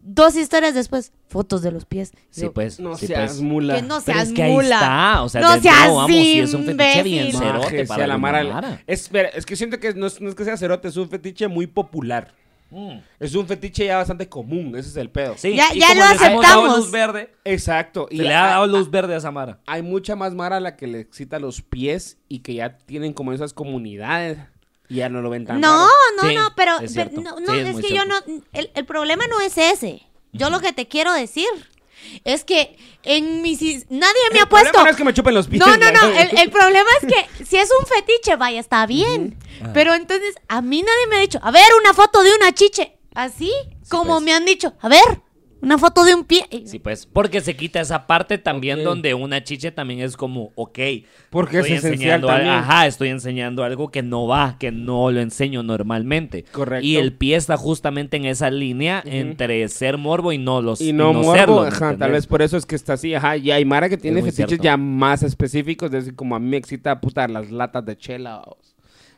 S4: Dos historias después, fotos de los pies.
S3: sí
S4: Yo,
S3: pues,
S2: No
S3: sí
S2: seas
S3: pues.
S2: mula.
S4: Que no
S3: Pero
S4: seas
S3: es que ahí
S4: mula.
S3: está, o sea,
S4: no
S3: de
S4: seas
S3: nuevo, vamos, sí es un fetiche bien
S4: imbécil.
S3: cero.
S2: Maje,
S3: cerote para
S2: sea la
S3: alguna
S2: mara.
S3: mara.
S2: Espera, es que siento que no es, no es que sea cerote, es un fetiche muy popular. Es un fetiche ya bastante común, ese es el pedo.
S3: Mm. Sí,
S4: Ya-
S3: y
S4: ya lo
S3: como le hemos dado
S4: aceptamos.
S3: luz verde,
S2: Exacto.
S3: se le ha dado luz verde a Samara.
S2: hay mucha más mara a la que le excita los pies y que ya tienen como esas comunidades y ya no lo ven tan
S4: No,
S2: raro.
S4: no,
S3: Sí,
S4: no, pero,
S3: es
S4: pero
S3: cierto.
S4: no, no,
S3: Sí, es
S4: es,
S3: muy
S4: que yo no,
S3: cierto.
S4: el, el problema no es ese. Yo lo que te quiero decir es que en mis, his- nadie me ha
S2: El problema
S4: puesto.
S2: no es que me chupen los pies.
S4: No, no, no.
S2: güey.
S4: El, el problema es que si es un fetiche, vaya, está bien.
S3: Ah.
S4: Pero entonces, a mí nadie me ha dicho, a ver, una foto de una chiche. Así como
S3: pues.
S4: me han dicho, a ver, una foto de un pie.
S3: Sí, pues, porque se quita esa parte también donde una chiche también es como, ok.
S2: Porque es esencial
S3: enseñando al-
S2: también.
S3: Ajá, estoy enseñando algo que no va, que no lo enseño normalmente.
S2: Correcto.
S3: Y el pie está justamente en esa línea entre ser morbo y no los
S2: Y no, morbo,
S3: serlo, ¿me
S2: ajá, tal
S3: entendés?
S2: vez por eso es que está así, ajá, y hay Mara que tiene
S3: muy
S2: fetiches
S3: cierto.
S2: ya más específicos, es decir, como a mí me excita puta las latas de chela, o,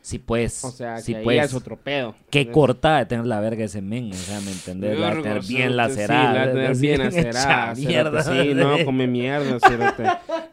S3: Sí, pues.
S2: o sea, que
S3: sí,
S2: ahí
S3: pues.
S2: ya es otro pedo.
S3: Qué cortada de tener la verga ese men, o sea, ¿me entendés? La de tener
S2: Vergo,
S3: bien
S2: cerote,
S3: lacerada.
S2: Sí, la de tener
S3: así,
S2: bien
S3: hecha
S2: lacerada.
S3: mierda.
S2: Mierda. Sí, no, come mierda, cerote.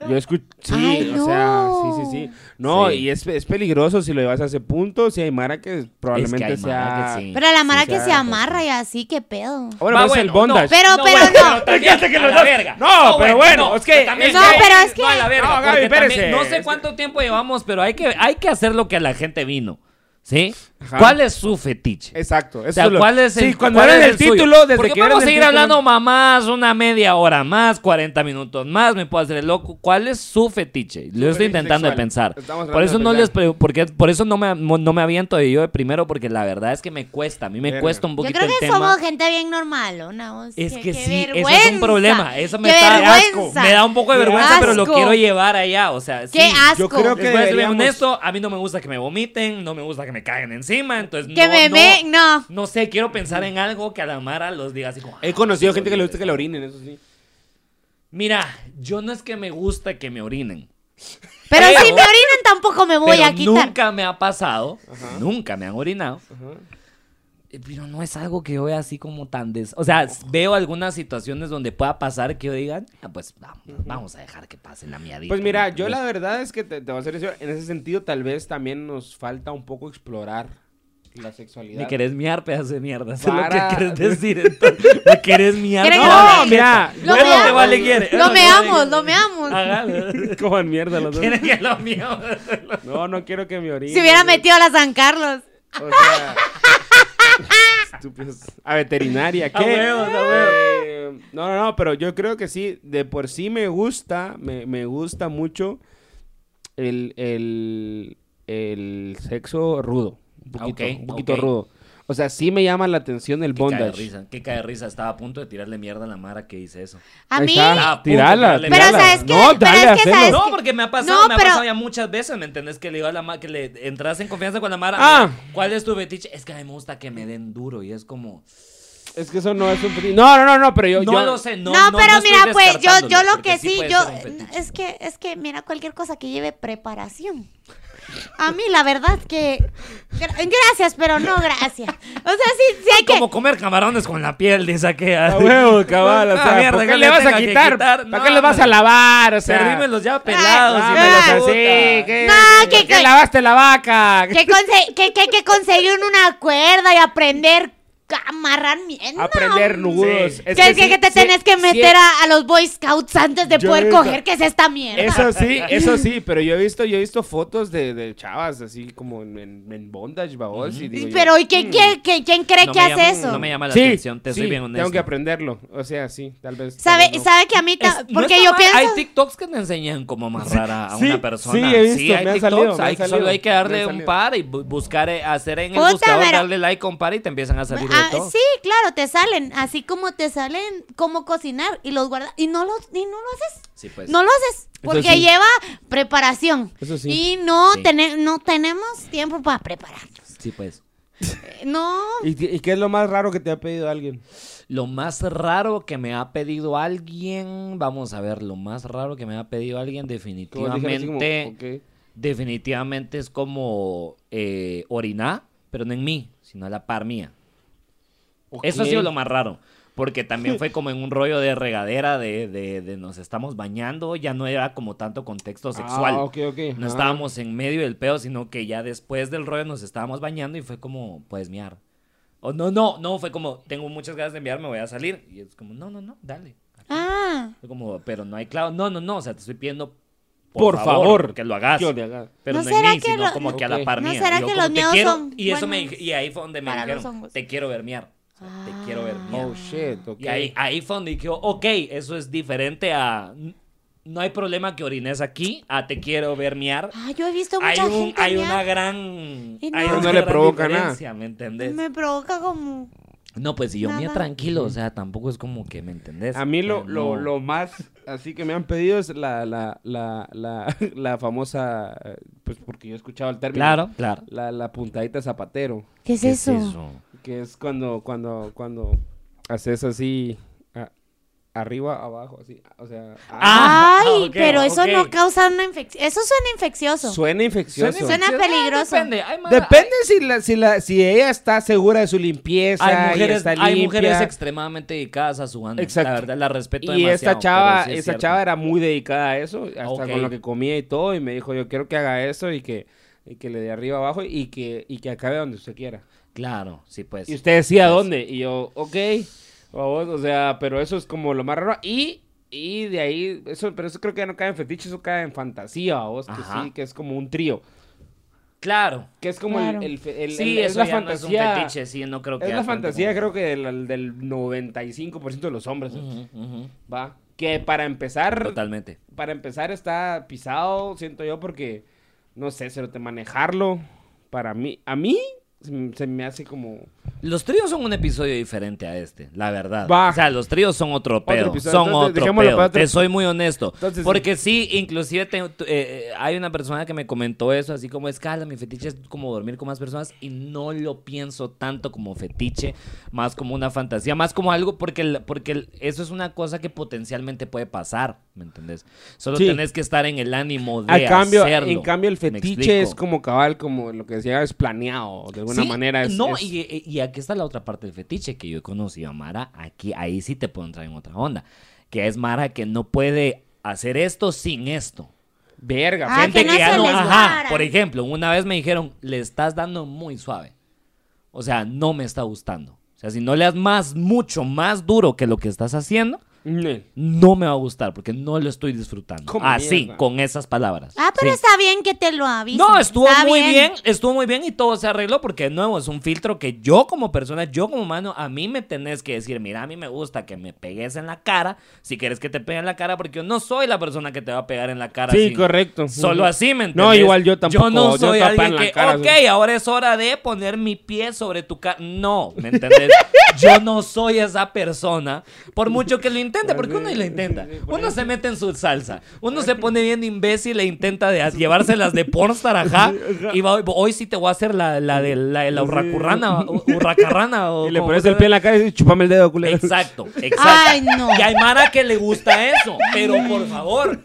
S2: Yo escuché. Sí,
S4: Ay,
S2: o sea,
S4: no.
S2: sí, sí, sí. No,
S3: Sí.
S2: y es, es peligroso si lo llevas a ese punto. Si hay Mara que probablemente
S3: hay Mara
S2: sea.
S3: que sí.
S4: Pero la mara
S2: Sí,
S4: que se
S2: claro.
S4: amarra y así, qué pedo.
S2: Bueno,
S3: Va,
S2: pero es el
S3: bueno,
S2: bondage.
S3: no,
S4: Pero, pero no.
S3: Fíjate que los dos-
S2: No, pero bueno, es que-
S3: también-
S4: No, pero es que-
S3: No, a la verga,
S2: No,
S3: porque
S2: Gaby,
S3: también-
S2: espérese.
S3: no
S2: Es que-
S3: sé cuánto tiempo llevamos, pero hay que, hay que hacer lo que a la gente vino. ¿Sí?
S2: Ajá.
S3: ¿Cuál es su fetiche?
S2: Exacto.
S3: O sea,
S2: eso lo-
S3: ¿cuál es el,
S2: Sí, cuando
S3: cuál
S2: eres
S3: es
S2: el
S3: suyo?
S2: título, desde
S3: Porque
S2: que
S3: vamos a
S2: eres el
S3: seguir
S2: título-
S3: hablando mamás una media hora más, 40 minutos más, me puedo hacer el loco. ¿Cuál es su fetiche? Lo estoy
S2: fetiche
S3: intentando de
S2: sexual.
S3: pensar.
S2: Estamos hablando
S3: Por eso
S2: de
S3: no
S2: pensar.
S3: les pre- porque por eso no me no me aviento de yo de primero porque la verdad es que me cuesta, a mí me
S2: Verga.
S3: cuesta un
S4: Yo
S3: poquito
S4: creo
S3: el
S4: que
S3: tema.
S4: somos gente bien normal, ¿no?
S3: Es que
S4: qué
S3: sí, eso es un
S4: vergüenza.
S3: problema. Eso me
S4: Qué
S3: está
S4: vergüenza.
S3: Me da un poco de
S4: Qué
S3: vergüenza, pero lo
S4: asco.
S3: quiero llevar allá. O sea,
S4: Qué
S3: sí.
S4: asco.
S2: yo creo
S3: Les voy
S2: que
S3: a ser bien
S2: deberíamos-
S3: honesto, a mí no me gusta que me vomiten, no me gusta que me caguen encima, entonces
S4: Que
S3: no,
S4: me
S3: no,
S4: ven, no.
S3: no sé, quiero pensar en algo que a la Mara los diga así como...
S2: He
S3: "Ah,
S2: conocido
S3: sí,
S2: gente que le
S3: horrible
S2: gusta que
S3: esto".
S2: la orinen, eso sí.
S3: Mira, yo no es que me gusta que me orinen.
S4: Pero
S3: Pero-
S4: si me orinan tampoco me voy
S3: pero
S4: a quitar.
S3: nunca me ha pasado, nunca me han orinado. Eh, Pero no es algo que yo vea así como tan des... O sea, s- veo algunas situaciones donde pueda pasar que yo diga, "Ah, pues vamos, vamos a dejar que pase la miadita.
S2: Pues mira,
S3: ¿no?
S2: yo la verdad es que te, te voy a ser sincero, en ese sentido tal vez también nos falta un poco explorar la sexualidad.
S3: Me querés miar, pedazo de mierda. Eso
S2: Para.
S3: es lo que querés decir. entonces. Me querés miar.
S4: ¿Quieren que
S2: No,
S4: lo me-
S2: mira,
S4: lo
S3: Bueno,
S4: meamos?
S3: te vale, quiere.
S4: Lo
S3: Eso te vale,
S4: meamos,
S3: quiere.
S4: lo meamos.
S3: Hágalo.
S2: Coman mierda los dos.
S3: Quieren que lo mío.
S2: No, no quiero que me orinen.
S4: Si hubiera metido a la San Carlos.
S2: O sea, estúpidos. A veterinaria, ¿qué?
S3: A huevos, a huevos.
S2: Eh, no, no, no, pero yo creo que sí, de por sí me gusta, me, me gusta mucho el, el, el sexo rudo. Un poquito,
S3: Ok,
S2: un poquito
S3: ok.
S2: rudo. O sea, sí me llama la atención el
S3: Qué cae de
S2: bondage.
S3: risa. Qué cae de risa. Estaba a punto de tirarle mierda a la Mara que hice eso.
S4: A
S2: Ahí
S4: mí.
S2: está,
S3: Ah, punto,
S2: Tírala,
S3: dale,
S4: Pero
S3: Mírala.
S4: sabes que.
S2: No,
S4: pero
S2: dale,
S4: es que
S2: hacelo.
S4: sabes
S3: No,
S4: que-
S3: porque me ha pasado,
S4: No,
S3: me
S4: pero-
S3: ha pasado ya muchas veces, ¿me entendés? Que le digo a la Mara, que le entras en confianza con la Mara.
S2: Ah.
S3: "Mira, ¿Cuál es tu fetiche? Es que a mí me gusta que me den duro y es como...
S2: Es que eso no es un fetiche. No, no, no, no, pero yo.
S3: no
S2: yo-
S3: lo sé, no,
S4: No,
S3: no,
S4: pero
S3: no estoy
S4: mira, pues yo, yo
S3: descartándolo,
S4: lo
S3: porque
S4: que sí,
S3: puede
S4: yo.
S2: eh,
S3: ser un fetiche.
S4: Es que, es que, mira, cualquier cosa que lleve preparación. A mí, la verdad que. gra- Gracias, pero no gracias. O sea, sí, sí hay que.
S3: Como comer camarones con la piel, dice aquella.
S2: A huevo, cabal. O
S3: Ah,
S2: sea,
S3: mierda, que
S2: ¿por qué
S3: le
S2: le vas a
S3: tenga que
S2: quitar?
S3: quitar.
S2: ¿Para
S3: No,
S2: qué le vas a
S3: hombre.
S2: lavar? O sea,
S3: Servímelos ya pelados.
S4: Ah,
S3: y me los
S4: ah,
S2: dámelos así.
S3: puta.
S2: ¿Qué,
S4: No, que-
S2: ¿Por qué lavaste la vaca?
S4: Que, conse- que, que hay que conseguir una cuerda y aprender amarrar mierda.
S2: Aprender nudos.
S1: Sí.
S2: Es
S4: que, que-
S2: sí,
S4: que te
S2: sí,
S4: tenés que
S2: sí,
S4: meter a, a los Boy Scouts antes de
S2: Yo
S4: poder
S2: esa-
S4: coger que es esta mierda.
S2: Eso sí, eso sí, pero yo he visto, yo he visto fotos de, de chavas así como en, en- en bondage, babos. y digo yo,
S4: Pero ¿y
S2: Mm.
S4: quién, quién, quién- quién cree
S3: No
S4: que
S3: me
S4: hace
S3: llama-
S4: eso?
S3: No me llama la
S2: sí,
S3: atención, te
S2: sí,
S3: soy bien honesto.
S2: Tengo que aprenderlo. O sea, sí, tal vez. tal
S4: ¿Sabe,
S2: vez no.
S4: ¿Sabe que a mí
S3: Es-
S4: ta-
S3: no
S4: Porque
S3: está
S4: yo
S3: mal.
S4: pienso...
S3: Hay TikToks que te enseñan cómo amarrar a, a
S2: Sí,
S3: una
S2: sí,
S3: persona.
S2: sí, he visto,
S3: hay
S2: me han
S3: TikToks.
S2: salido, me han
S3: hay- solo
S2: salido,
S3: hay que
S2: me
S3: darle
S2: han
S3: un
S2: salido.
S3: par y bu- buscar, eh, hacer en el
S4: Puta,
S3: buscador,
S4: pero-
S3: darle like, un par y te empiezan a salir
S4: Ah,
S3: de todo.
S4: sí, claro, te salen, así como te salen cómo cocinar y los guardas y no los y no lo haces.
S3: Sí, pues.
S4: No lo haces porque
S2: sí.
S4: lleva preparación.
S2: Eso sí.
S4: Y no
S3: Sí.
S4: tene- no tenemos tiempo para prepararnos.
S3: Sí, pues.
S4: Eh, No.
S2: ¿Y, qué- y qué es lo más raro que te ha pedido alguien?
S3: Lo más raro que me ha pedido alguien, vamos a ver, lo más raro que me ha pedido alguien
S2: Que vos dijeras
S3: definitivamente,
S2: así como, ok.
S3: definitivamente es como eh, orinar, pero no en mí, sino a la par mía. Eso ha sido
S2: Ok.
S3: lo más raro. Porque también fue como en un rollo de regadera de, de- de nos estamos bañando, ya no era como tanto contexto sexual.
S2: Ah, ok, ok.
S3: No
S2: Ah.
S3: estábamos en medio del pedo, sino que ya después del rollo nos estábamos bañando y fue como, puedes miar. O no, no, no, fue como, tengo muchas ganas de miar, me voy a salir. Y es como, no, no, no, dale.
S4: Ah.
S3: Fue como, pero no hay clavo. No, no, no, o sea, te estoy pidiendo,
S2: Por favor,
S3: que lo hagas.
S2: Yo le haga-
S3: Pero
S4: ¿No
S3: no,
S4: será
S3: en mí,
S4: que
S3: sino
S4: lo-
S3: como que a la
S2: Ok.
S3: par
S4: ¿No
S3: mía.
S4: será
S3: Y yo
S4: que
S3: como,
S4: los
S3: "Te
S4: míos
S3: quiero",
S4: son
S3: Y, eso me,
S4: buenos
S3: dij- y ahí fue donde me
S4: para los
S3: dijeron,
S4: hongos? Ah.
S3: te quiero ver miar. O sea, Te quiero ver miar.
S2: Oh, shit, ok.
S3: Y ahí, ahí fue donde dije, ok, eso es diferente a... "N- No hay problema que orines aquí, a te quiero ver miar.
S4: Ah, yo he visto
S3: Hay,
S4: mucha
S3: un-
S4: gente
S3: hay
S4: mear.
S3: una gran...
S4: Y
S3: hay
S4: no.
S3: una
S2: No le
S3: gran
S2: provoca nada.
S3: diferencia, ¿Me entendés?
S4: me provoca como
S3: No, pues si yo mía
S4: Nada.
S3: tranquilo, o sea, tampoco es como que, ¿me entendés?
S2: A mí lo,
S3: Pero
S2: lo,
S3: no.
S2: lo más así que me han pedido es la, la, la, la, la famosa, eh, pues porque yo he escuchado el término.
S3: Claro, claro.
S2: La, la puntadita zapatero,
S4: ¿Qué es
S3: ¿Qué
S4: eso?
S2: que es cuando, cuando, cuando haces así, a- arriba, abajo, así, o sea.
S3: Ah,
S4: Ay,
S3: ok,
S4: pero eso
S3: ok.
S4: no causa una infección. Eso suena infeccioso.
S2: Suena infeccioso.
S4: Suena
S3: Ah,
S4: peligroso.
S3: Depende. Hay ma-
S2: Depende si, la, si, la, si ella está segura de su limpieza
S3: Hay
S2: y
S3: mujeres,
S2: está
S3: hay mujeres
S2: limpia.
S3: extremadamente dedicadas a su banda.
S2: Exacto.
S3: La verdad, la respeto
S2: Y
S3: demasiado.
S2: esta
S3: pero
S2: chava,
S3: sí es
S2: esa
S3: cierto.
S2: chava era muy dedicada a eso, hasta
S3: Ok.
S2: con lo que comía y todo, y me dijo, yo quiero que haga eso y que, y que le dé arriba abajo y que, y que acabe donde usted quiera.
S3: Claro, sí, pues.
S2: Y usted decía dónde, y yo, ok, vamos, o sea, pero eso es como lo más raro. Y, y de ahí, eso, pero eso creo que ya no cae en fetiche, eso cae en fantasía, vos, que
S3: Ajá.
S2: sí, que es como un trío.
S3: Claro.
S2: Que es como el-
S4: Claro.
S2: el, fe- el-
S3: sí,
S2: el-
S3: eso
S2: es la
S3: ya
S2: fantasía.
S3: no es un fetiche, sí, no creo que...
S2: es
S3: ya
S2: la
S3: cuente
S2: fantasía,
S3: como-
S2: creo que del, del 95% de los hombres,
S3: Ujú, ujú.
S2: va. Que para empezar,
S3: Totalmente.
S2: para empezar está pisado, siento yo, porque no sé, se te manejarlo. Para mí, a mí se, m- se me hace como.
S3: Los tríos son un episodio diferente a este, la verdad.
S2: Va.
S3: O sea, los tríos son otro pedo.
S2: episodio.
S3: son
S2: Entonces,
S3: otro
S2: dejémoslo
S3: pedo.
S2: para otro-
S3: Te soy muy honesto.
S2: Entonces,
S3: Porque sí, inclusive te- tu- eh, eh, hay una persona que me comentó eso, así como escala, mi fetiche es como dormir con más personas y no lo pienso tanto como fetiche, más como una fantasía, más como algo, porque, el- porque el- eso es una cosa que potencialmente puede pasar, ¿me entendés? Solo
S2: Sí.
S3: tenés que estar en el ánimo de
S2: A cambio,
S3: hacerlo.
S2: en cambio, el
S3: ¿Me
S2: fetiche es
S3: explico?
S2: como cabal, como lo que decía, es planeado. De alguna
S3: Sí,
S2: manera es.
S3: No,
S2: es-
S3: Y, eh, y aquí está la otra parte del fetiche que yo he conocido a Mara. Aquí, ahí sí te puedo entrar en otra onda. Que es Mara que no puede hacer esto sin esto.
S2: Verga,
S4: Ah,
S2: gente.
S4: que no se les para.
S3: por ejemplo, una vez me dijeron, le estás dando muy suave. O sea, no me está gustando. O sea, si no le das más, mucho más duro que lo que estás haciendo,
S2: Ne.
S3: no me va a gustar porque no lo estoy disfrutando.
S2: Como
S3: Así,
S2: mierda.
S3: con esas palabras.
S4: Ah, pero
S3: Sí.
S4: está bien que te lo avisen.
S3: No, estuvo
S4: Está
S3: muy bien. estuvo muy bien y todo se arregló porque de nuevo es un filtro que yo como persona, yo como humano, a mí me tenés que decir, mira, a mí me gusta que me pegues en la cara, si quieres que te pegue en la cara, porque yo no soy la persona que te va a pegar en la cara.
S2: Sí,
S3: así.
S2: correcto.
S3: Solo
S2: Ujú.
S3: así, ¿me
S2: No,
S3: entiendes?
S2: igual yo tampoco,
S3: Yo no
S2: yo
S3: soy
S2: tapar
S3: alguien
S2: en la
S3: que,
S2: cara,
S3: ok,
S2: sí.
S3: ahora es hora de poner mi pie sobre tu cara. No, ¿me entendés? yo no soy esa persona, por mucho que lo intente, porque uno y lo intenta. Uno se mete en su salsa. Uno se pone bien imbécil e intenta de llevárselas de pornstar, ajá. Y va, hoy sí te voy a hacer la, la de la, de la hurracurrana, o- hurracarrana. O
S2: Y le
S3: como
S2: pones
S3: se
S2: el pie en la cara y dices, chupame el dedo, culero.
S3: Exacto, exacto.
S4: Ay, no.
S3: Y hay Mara que le gusta eso, pero por favor,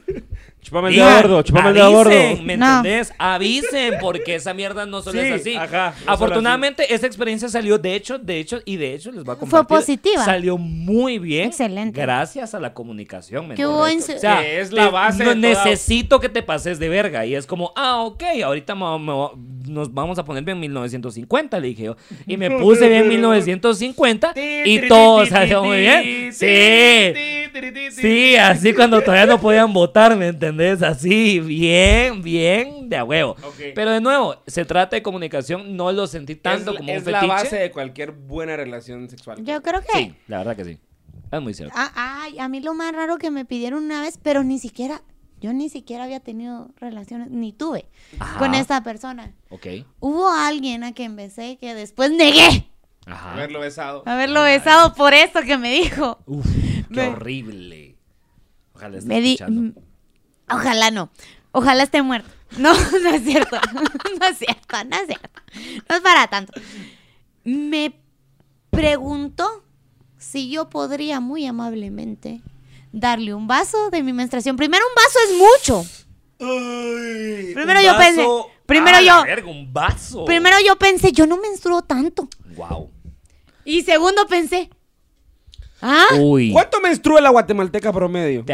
S2: Chupame el dedo
S3: Digan,
S2: gordo, chupame el dedo gordo.
S3: avisen, ¿Me
S4: No.
S3: entendés? Avisen, porque esa mierda no solo
S2: Sí,
S3: es así.
S2: ajá, no solo
S3: Afortunadamente, esa experiencia salió, de hecho, de hecho, y de hecho, les va a
S4: Fue
S3: compartir,
S4: positiva.
S3: Salió muy bien.
S4: Excelente.
S3: Gracias a la comunicación, ¿me
S4: Que
S3: entendés?
S4: hubo insu-
S3: O sea,
S2: Que es la
S3: te-
S2: base
S3: no
S2: de toda-
S3: necesito que te pases de verga. Y es como, ah, ok, ahorita me, me- nos vamos a poner bien 1950, le dije yo. Y me puse bien 1950 y todo salió muy bien. Sí. Sí, así cuando todavía no podían votar, ¿me entendés? Así, bien, bien, de a huevo. Pero de nuevo, se trata de comunicación, no lo sentí tanto
S2: es,
S3: como
S2: es
S3: un fetiche.
S2: la base Eh. de cualquier buena relación sexual.
S4: Yo creo que...
S3: Sí, la verdad que sí. Es muy cierto.
S4: Ah, ay, a mí lo más raro que me pidieron una vez, pero ni siquiera, yo ni siquiera había tenido relaciones, ni tuve
S3: Ajá.
S4: con esta persona.
S3: Ok.
S4: Hubo alguien a quien besé que después negué
S3: Ajá.
S2: Haberlo besado.
S4: haberlo besado por esto que me dijo.
S3: Uf, qué
S4: Me-
S3: horrible. Ojalá esté
S4: Me di-
S3: escuchando.
S4: mm, Ojalá no. Ojalá esté muerto. No, no es cierto. No es cierto, no es cierto. No es para tanto. Me preguntó si yo podría muy amablemente darle un vaso de mi menstruación. Primero un vaso es mucho. Primero
S3: Un
S4: yo
S3: vaso-
S4: pensé- primero
S3: Ah, la
S4: yo-
S3: verga, un vaso.
S4: Primero yo pensé, yo no menstruo tanto.
S3: Wow.
S4: Y segundo pensé, ¿ah?
S3: Uy.
S2: ¿Cuánto menstrua la guatemalteca promedio?
S3: ¿Te das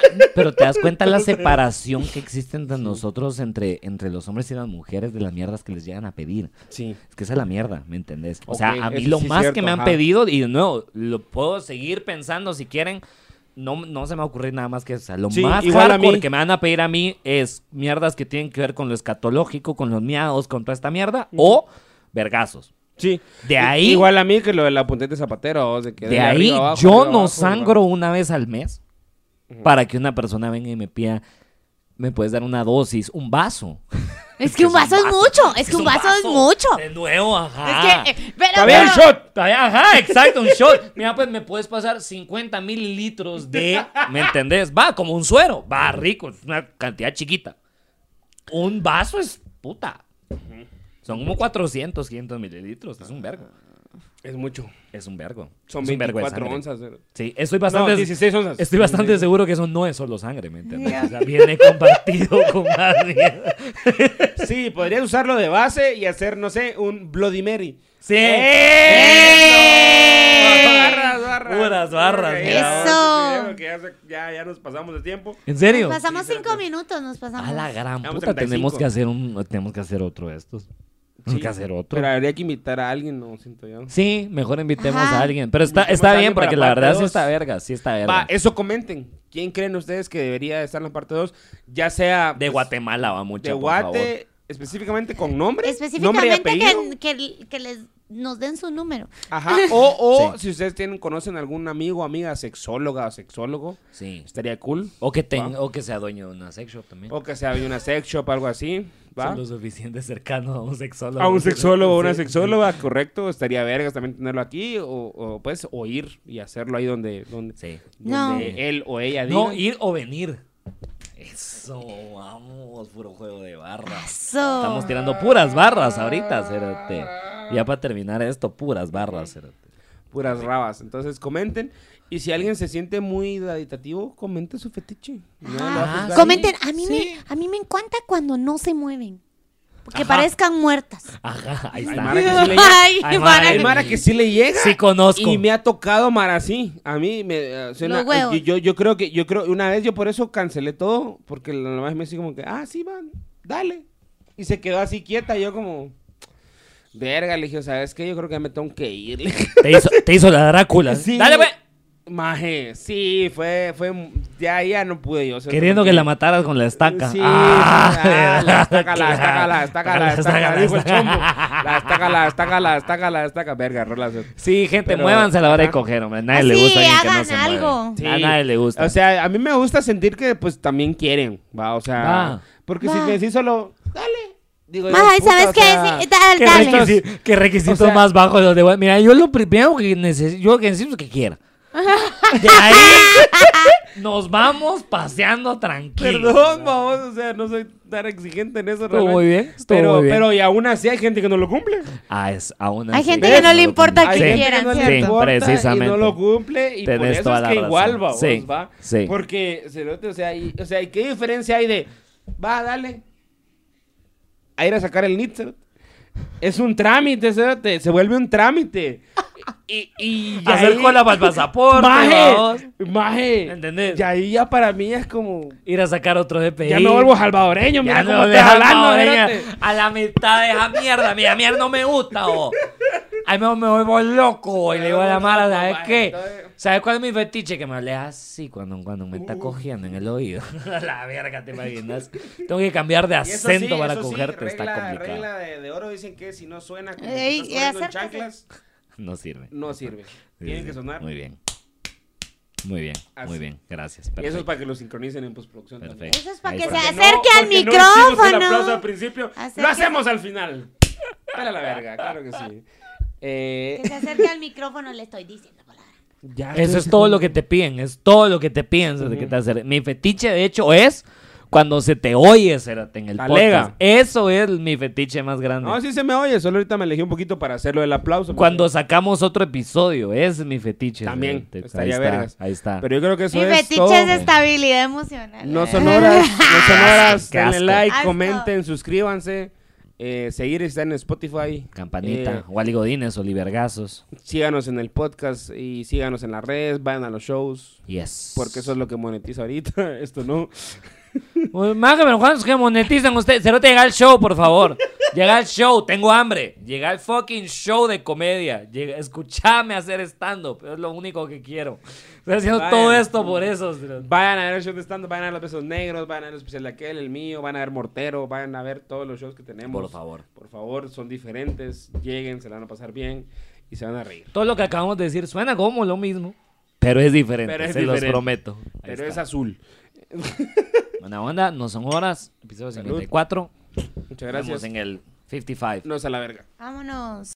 S3: cuenta? Pero te das cuenta la separación que existe entre nosotros, entre, entre los hombres y las mujeres, de las mierdas que les llegan a pedir.
S2: Sí.
S3: Es que esa es la mierda, ¿me entendés? O
S2: Ok,
S3: sea, a mí
S2: eso
S3: lo
S2: sí es
S3: más que
S2: cierto,
S3: me han
S2: ajá.
S3: pedido, y de nuevo, lo puedo seguir pensando si quieren. No, no se me va a ocurrir nada más que, o sea, lo
S2: Sí,
S3: más
S2: igual a
S3: hardcore
S2: mí.
S3: que me van a pedir a mí es mierdas que tienen que ver con lo escatológico, con los miados, con toda esta mierda, o vergazos.
S2: Sí.
S3: De
S2: I-
S3: ahí-
S2: Igual a mí que lo de la punteta zapatero. o sea, que
S3: De
S2: arriba
S3: ahí
S2: abajo,
S3: yo
S2: arriba
S3: no
S2: abajo,
S3: sangro una vez al mes para que una persona venga y me pida, me puedes dar una dosis, un vaso.
S4: Es que un vaso es mucho. Es que un vaso Eh, es mucho.
S3: De nuevo,
S4: Es
S3: ajá.
S4: que, eh, pero,
S2: Está bien,
S4: pero-
S2: shot.
S3: Todavía, Ajá, exacto, un shot. Mira, pues me puedes pasar 50 mililitros de. ¿Me entendés? Va, como un suero. Va, rico, es una cantidad chiquita. Un vaso es puta. Son como 400, 500 mililitros. Es un vergo.
S2: Es mucho.
S3: Es un vergo.
S2: Son
S3: Es un vergo de
S2: 24
S3: sangre.
S2: onzas. eh.
S3: Sí, estoy bastante.
S2: No, 16 onzas.
S3: Estoy bastante seguro que eso no es solo sangre, ¿me entiendes? O sea, viene compartido con más mierda.
S2: Sí, podrías usarlo de base y hacer, no sé, un Bloody Mary.
S3: ¡Sí! ¡Eh!
S2: ¡Eso! ¡Eh! Barras, barras.
S3: Puras barras,
S2: Ok,
S3: mira,
S2: ahora
S4: Eso.
S2: sí te digo que ya se- ya, ya nos pasamos de tiempo.
S3: ¿En
S4: Nos
S3: serio?
S4: pasamos cinco minutos, nos pasamos.
S3: A la gran
S2: Vamos,
S3: puta,
S2: 35.
S3: tenemos que hacer un tenemos que hacer otro de estos. Tenemos
S2: Sí,
S3: que hacer otro.
S2: Pero habría que invitar a alguien, no siento yo.
S3: Sí, mejor invitemos
S4: Ajá.
S3: a alguien, pero está
S2: Invitemos
S3: está
S2: a
S3: bien
S2: alguien para
S3: porque la
S2: parte
S3: verdad sí
S2: dos.
S3: está verga, sí está verga.
S2: Va, eso comenten. ¿Quién creen ustedes que debería estar en la parte 2? Ya sea
S3: de
S2: pues,
S3: Guatemala va mucho,
S2: de
S3: por favor.
S2: Guate, específicamente con nombre, nombre y
S4: Específicamente que,
S2: apellido.
S4: que- que les, nos den su número.
S2: Ajá. O, o
S3: Sí.
S2: si ustedes tienen, conocen algún amigo, amiga, sexóloga o sexólogo,
S3: Sí.
S2: estaría cool.
S3: O que tenga- o que sea dueño de una sex shop también.
S2: O que sea de una sex shop, algo así. ¿va?
S3: Son lo suficiente cercano a un sexólogo.
S2: A un sexólogo o una
S3: Sí.
S2: sexóloga, correcto. Estaría vergas también tenerlo aquí. O, o, pues oír y hacerlo ahí donde, donde,
S3: Sí.
S2: donde
S4: No.
S2: él o ella diga.
S3: No, ir o venir. Eso, vamos, puro juego de barras.
S4: So,
S3: Estamos tirando puras barras ahorita, Cerote. Ya para terminar esto, puras barras, Cerote.
S2: Puras rabas. Entonces comenten. Y si alguien se siente muy daditativo, comente su fetiche. No lo va a
S4: ajá.
S2: juzgar.
S4: Ah. Comenten, a mí,
S2: Sí.
S4: me, a mí me encanta cuando no se mueven. Que
S3: Ajá.
S4: parezcan muertas.
S3: Ajá, ahí
S2: Hay
S3: está.
S2: Mara que sí le llega.
S4: Ay,
S3: Ay,
S4: para-
S2: Hay Mara que sí le llega.
S3: Sí conozco.
S2: Y me ha tocado Mara sí. A mí me eh, suena-
S4: Los huevos.
S2: Yo, yo, yo creo que yo creo una vez yo por eso cancelé todo porque la mamá me dice como que, "Ah, sí, van, dale." Y se quedó así quieta, y yo como Verga, le dije, ¿sabes qué? Yo creo que ya me tengo que ir. le dije.
S3: Te hizo, te hizo la Drácula.
S2: Sí.
S3: Dale, güey.
S2: Maje, sí, fue, fue, ya, ya no pude yo. o sea,
S3: Queriendo
S2: como
S3: que la mataras con la estaca.
S2: Sí,
S3: Ah,
S2: sí, ah, la estaca, la
S3: claro.
S2: estaca, la estaca, la estaca, dijo el chombo. La estaca, la estaca, la estaca, la estaca, verga, rola.
S3: Sí, gente,
S2: Pero-
S3: muévanse a la hora de
S2: Ajá.
S3: coger, hombre. A nadie le
S4: Sí,
S3: gusta alguien que no
S4: hagan
S3: se mueve.
S4: algo.
S2: Sí.
S3: A nadie le gusta.
S2: O sea, a mí me gusta sentir que pues también quieren, va, o sea,
S3: Va.
S2: porque
S4: Va.
S2: si te decís solo, dale, digo yo,
S4: Ay,
S2: puta,
S4: ¿sabes
S2: o
S4: qué?
S2: sea,
S4: Sí, dale,
S3: ¿Qué,
S4: dale.
S3: requisi- qué requisitos
S2: O sea-
S3: más bajos los de güey? Mira, yo lo primero que necesito, yo lo que necesito es que quiera. De ahí nos vamos paseando tranquilos.
S2: Perdón, vamos, o sea, no soy tan exigente en eso,
S3: Estuvo
S2: realmente.
S3: muy bien, estuvo
S2: pero,
S3: muy bien.
S2: pero y aún así hay gente que no lo cumple.
S3: Ah, es aún
S4: Hay
S3: así.
S4: gente que no le importa
S2: Hay
S4: que
S2: gente
S4: quieran,
S2: que no
S4: ¿cierto?
S2: le importa
S3: precisamente.
S2: Y no lo cumple y por
S3: Tenés
S2: eso
S3: toda
S2: es
S3: la
S2: que
S3: razón.
S2: igual va,
S3: Sí,
S2: va.
S3: sí.
S2: Porque, cerote, o sea, y, o sea, ¿y ¿qué diferencia hay de, va, dale, a ir a sacar el NIT, cerote? Es un trámite, cerote, se vuelve un trámite. y, y ya
S3: Hacer
S2: ahí-
S3: cola para el pasaporte, vamos.
S2: Maje, maje.
S3: ¿Entendés?
S2: Y ahí ya para mí es como.
S3: Ir a sacar otro DPI.
S2: Ya me vuelvo salvadoreño, mira
S3: Ya
S2: cómo
S3: no
S2: estás
S3: deja
S2: hablando,
S3: la
S2: espérate.
S3: oreja a la mitad de esa mierda. Mira, mierda no me gusta, o. Ay, me, me vuelvo loco y le digo a la mara, ¿sabes qué? ¿Sabes cuál es mi fetiche? Que me hables así cuando, cuando me
S2: Uh.
S3: está cogiendo en el oído. A la verga, ¿te imaginas? Tengo que cambiar de
S2: Y eso
S3: acento
S2: sí,
S3: para
S2: eso sí,
S3: cogerte, está
S2: regla-
S3: complicado.
S2: regla de, de oro dicen que si no suena como que
S4: Ey,
S2: estás corriendo en
S4: acércate.
S2: chanclas,
S3: No sirve.
S2: no sirve.
S3: Sí,
S2: Tienen
S3: sí,
S2: que sonar.
S3: Muy bien. Muy bien, muy
S2: Así.
S3: bien. Gracias.
S2: Y eso es
S3: Perfecto.
S2: para que lo sincronicen en postproducción. también.
S3: perfecto.
S4: Eso es para
S3: Ahí
S4: que se
S3: está.
S4: acerque al
S2: porque hicimos el aplauso
S4: micrófono.
S2: al principio.
S4: Acérquese.
S2: Lo hacemos al final. Para la verga, claro que sí. Eh,
S4: Que se acerque al micrófono, le estoy diciendo palabras.
S2: ya
S3: Eso es todo lo que te piden, es todo lo que te piden desde que te hacer. Mi fetiche, de hecho, es cuando se te oye Cerate, en el
S2: Talega.
S3: podcast. Eso es mi fetiche más grande.
S2: No, sí se me oye, solo ahorita me elegí un poquito para hacerlo del aplauso. porque
S3: Cuando sacamos otro episodio, es mi fetiche.
S2: También,
S3: Cerate.
S2: estaría
S3: ahí
S2: vergas.
S3: Está, ahí está.
S2: Pero yo creo que eso
S4: Mi
S2: es
S4: fetiche
S2: todo.
S4: es estabilidad emocional.
S2: No son horas, no son horas.
S3: Qué
S2: Denle
S3: asco.
S2: like,
S4: Asco.
S2: comenten, suscríbanse. Eh, seguir está en Spotify.
S3: Campanita,
S2: Eh,
S3: Wally Godínez, Oliver Gazos.
S2: síganos en el podcast y síganos en las redes, vayan a los shows.
S3: Yes.
S2: Porque eso es lo que monetiza ahorita. Esto no.
S3: Uy, mágame, ¿cuántos que monetizan ustedes? Cerote, llega al show, por favor. Llega al show, tengo hambre. Llega al fucking show de comedia. Llega, escuchame hacer stand-up. Es lo único que quiero. Estoy haciendo
S2: Vayan.
S3: todo esto por eso. cerote.
S2: Vayan a ver el show de stand vayan a ver los besos negros, vayan a ver el especial de aquel, el mío, van a ver Mortero, vayan a ver todos los shows que tenemos.
S3: Por favor.
S2: Por favor, son diferentes. Lleguen, se la van a pasar bien y se van a reír.
S3: Todo lo que acabamos de decir suena como lo mismo. Pero es diferente,
S2: Pero es
S3: se
S2: diferente.
S3: los prometo. Ahí
S2: Pero es
S3: está.
S2: azul.
S3: Buena onda, no son horas. Episodio
S2: Salud.
S3: 54.
S2: Muchas
S3: Nos vemos
S2: gracias.
S3: en el 55.
S2: Nos a la verga.
S4: Vámonos.